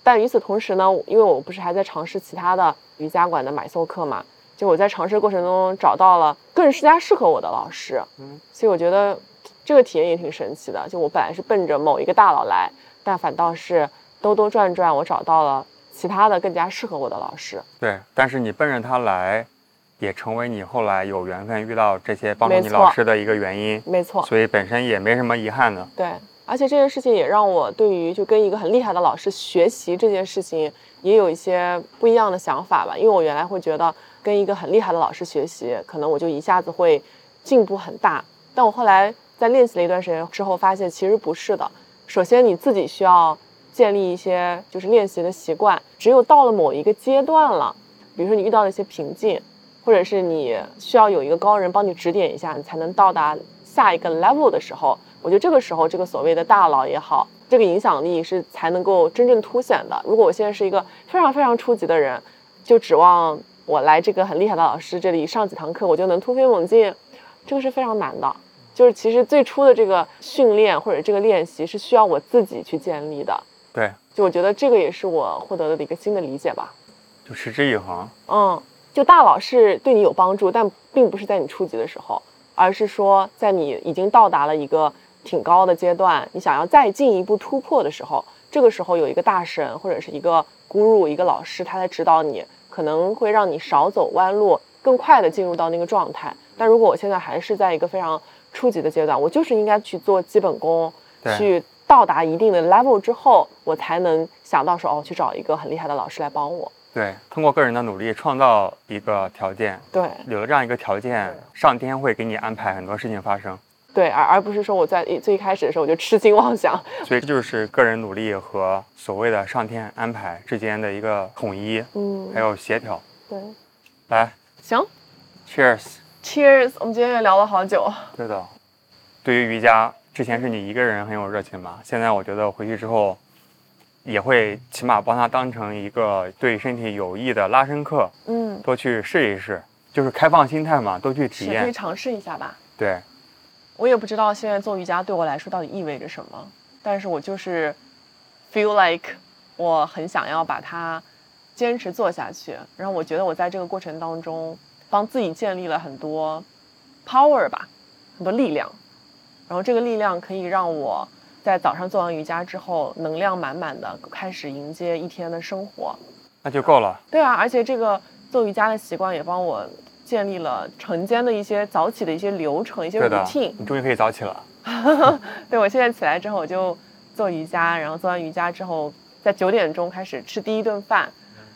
但与此同时呢，因为我不是还在尝试其他的瑜伽馆的买授课嘛，就我在尝试过程中找到了更加适合我的老师。嗯，所以我觉得这个体验也挺神奇的。就我本来是奔着某一个大佬来，但反倒是兜兜转转，我找到了其他的更加适合我的老师。对，但是你奔着他来，也成为你后来有缘分遇到这些帮助没你老错师的一个原因，没错，所以本身也没什么遗憾的。对啊，而且这件事情也让我对于就跟一个很厉害的老师学习这件事情也有一些不一样的想法吧。因为我原来会觉得跟一个很厉害的老师学习，可能我就一下子会进步很大。但我后来在练习了一段时间之后，发现其实不是的。首先你自己需要建立一些就是练习的习惯，只有到了某一个阶段了，比如说你遇到了一些瓶颈，或者是你需要有一个高人帮你指点一下，你才能到达下一个 level 的时候，我觉得这个时候这个所谓的大佬也好，这个影响力是才能够真正凸显的。如果我现在是一个非常非常初级的人，就指望我来这个很厉害的老师这里上几堂课，我就能突飞猛进，这个是非常难的。就是其实最初的这个训练或者这个练习是需要我自己去建立的。对，就我觉得这个也是我获得的一个新的理解吧。就持之以恒。嗯，就大佬是对你有帮助，但并不是在你初级的时候，而是说在你已经到达了一个挺高的阶段，你想要再进一步突破的时候，这个时候有一个大神或者是一个 guru、一个老师，他在指导你，可能会让你少走弯路，更快的进入到那个状态。但如果我现在还是在一个非常初级的阶段，我就是应该去做基本功，对去到达一定的 level 之后，我才能想到说哦，去找一个很厉害的老师来帮我。对，通过个人的努力创造一个条件，对，有了这样一个条件，上天会给你安排很多事情发生。对，而而不是说我在一最一开始的时候我就痴心妄想。所以这就是个人努力和所谓的上天安排之间的一个统一，嗯还，有协调。对，来行，Cheers。 ，Cheers！我们今天也聊了好久。对的。对于瑜伽，之前是你一个人很有热情嘛，现在我觉得回去之后，也会起码把它当成一个对身体有益的拉伸课，嗯，多去试一试，就是开放心态嘛，多去体是可以验。尝试一下吧。对，我也不知道现在做瑜伽对我来说到底意味着什么，但是我就是 feel like 我很想要把它坚持做下去。然后我觉得我在这个过程当中帮自己建立了很多 power 吧，很多力量。然后这个力量可以让我在早上做完瑜伽之后，能量满满的开始迎接一天的生活。那就够了。对啊，而且这个做瑜伽的习惯也帮我建立了晨间的一些早起的一些流程、一些对的 routine，。你终于可以早起了。对我现在起来之后，我就做瑜伽，然后做完瑜伽之后，在九点钟开始吃第一顿饭，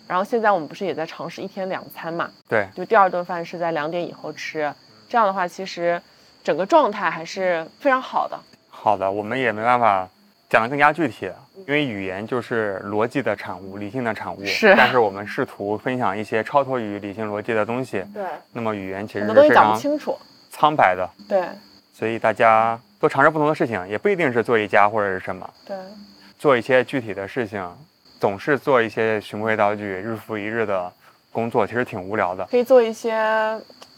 然后现在我们不是也在尝试一天两餐嘛？嗯对，嗯就第二顿饭是在两点以后吃，这样的话其实整个状态还是非常好的。好的，我们也没办法讲得更加具体，因为语言就是逻辑的产物，理性的产物。是但是我们试图分享一些超脱于理性逻辑的东西，对，那么语言其很实多是东西非讲不常清楚。苍白的，对所以大家多尝试不同的事情，也不一定是做瑜伽或者是什么，对，做一些具体的事情，总是做一些循规蹈矩、日复一日的工作，其实挺无聊的。可以做一些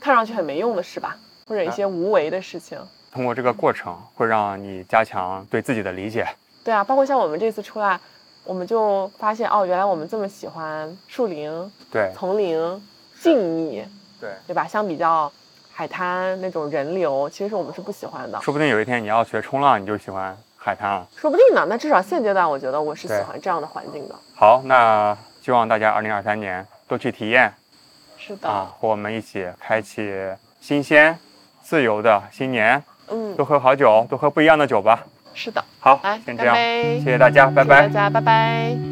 看上去很没用的事吧，或者一嗯些无为的事情。通过这个过程，会让你加强对自己的理解。对啊，包括像我们这次出来，我们就发现哦，原来我们这么喜欢树林、对丛林、静谧，对，对吧？相比较海滩那种人流，其实我们是不喜欢的。说不定有一天你要学冲浪，你就喜欢海滩了。说不定呢，那至少现阶段，我觉得我是喜对欢这样的环境的。好，那希望大家二零二三年多去体验是的，啊，和我们一起开启新鲜、自由的新年。嗯多，喝好酒，多喝不一样的酒吧。是的。好来，先这干样，杯！谢谢大家，拜祝大拜。家拜拜。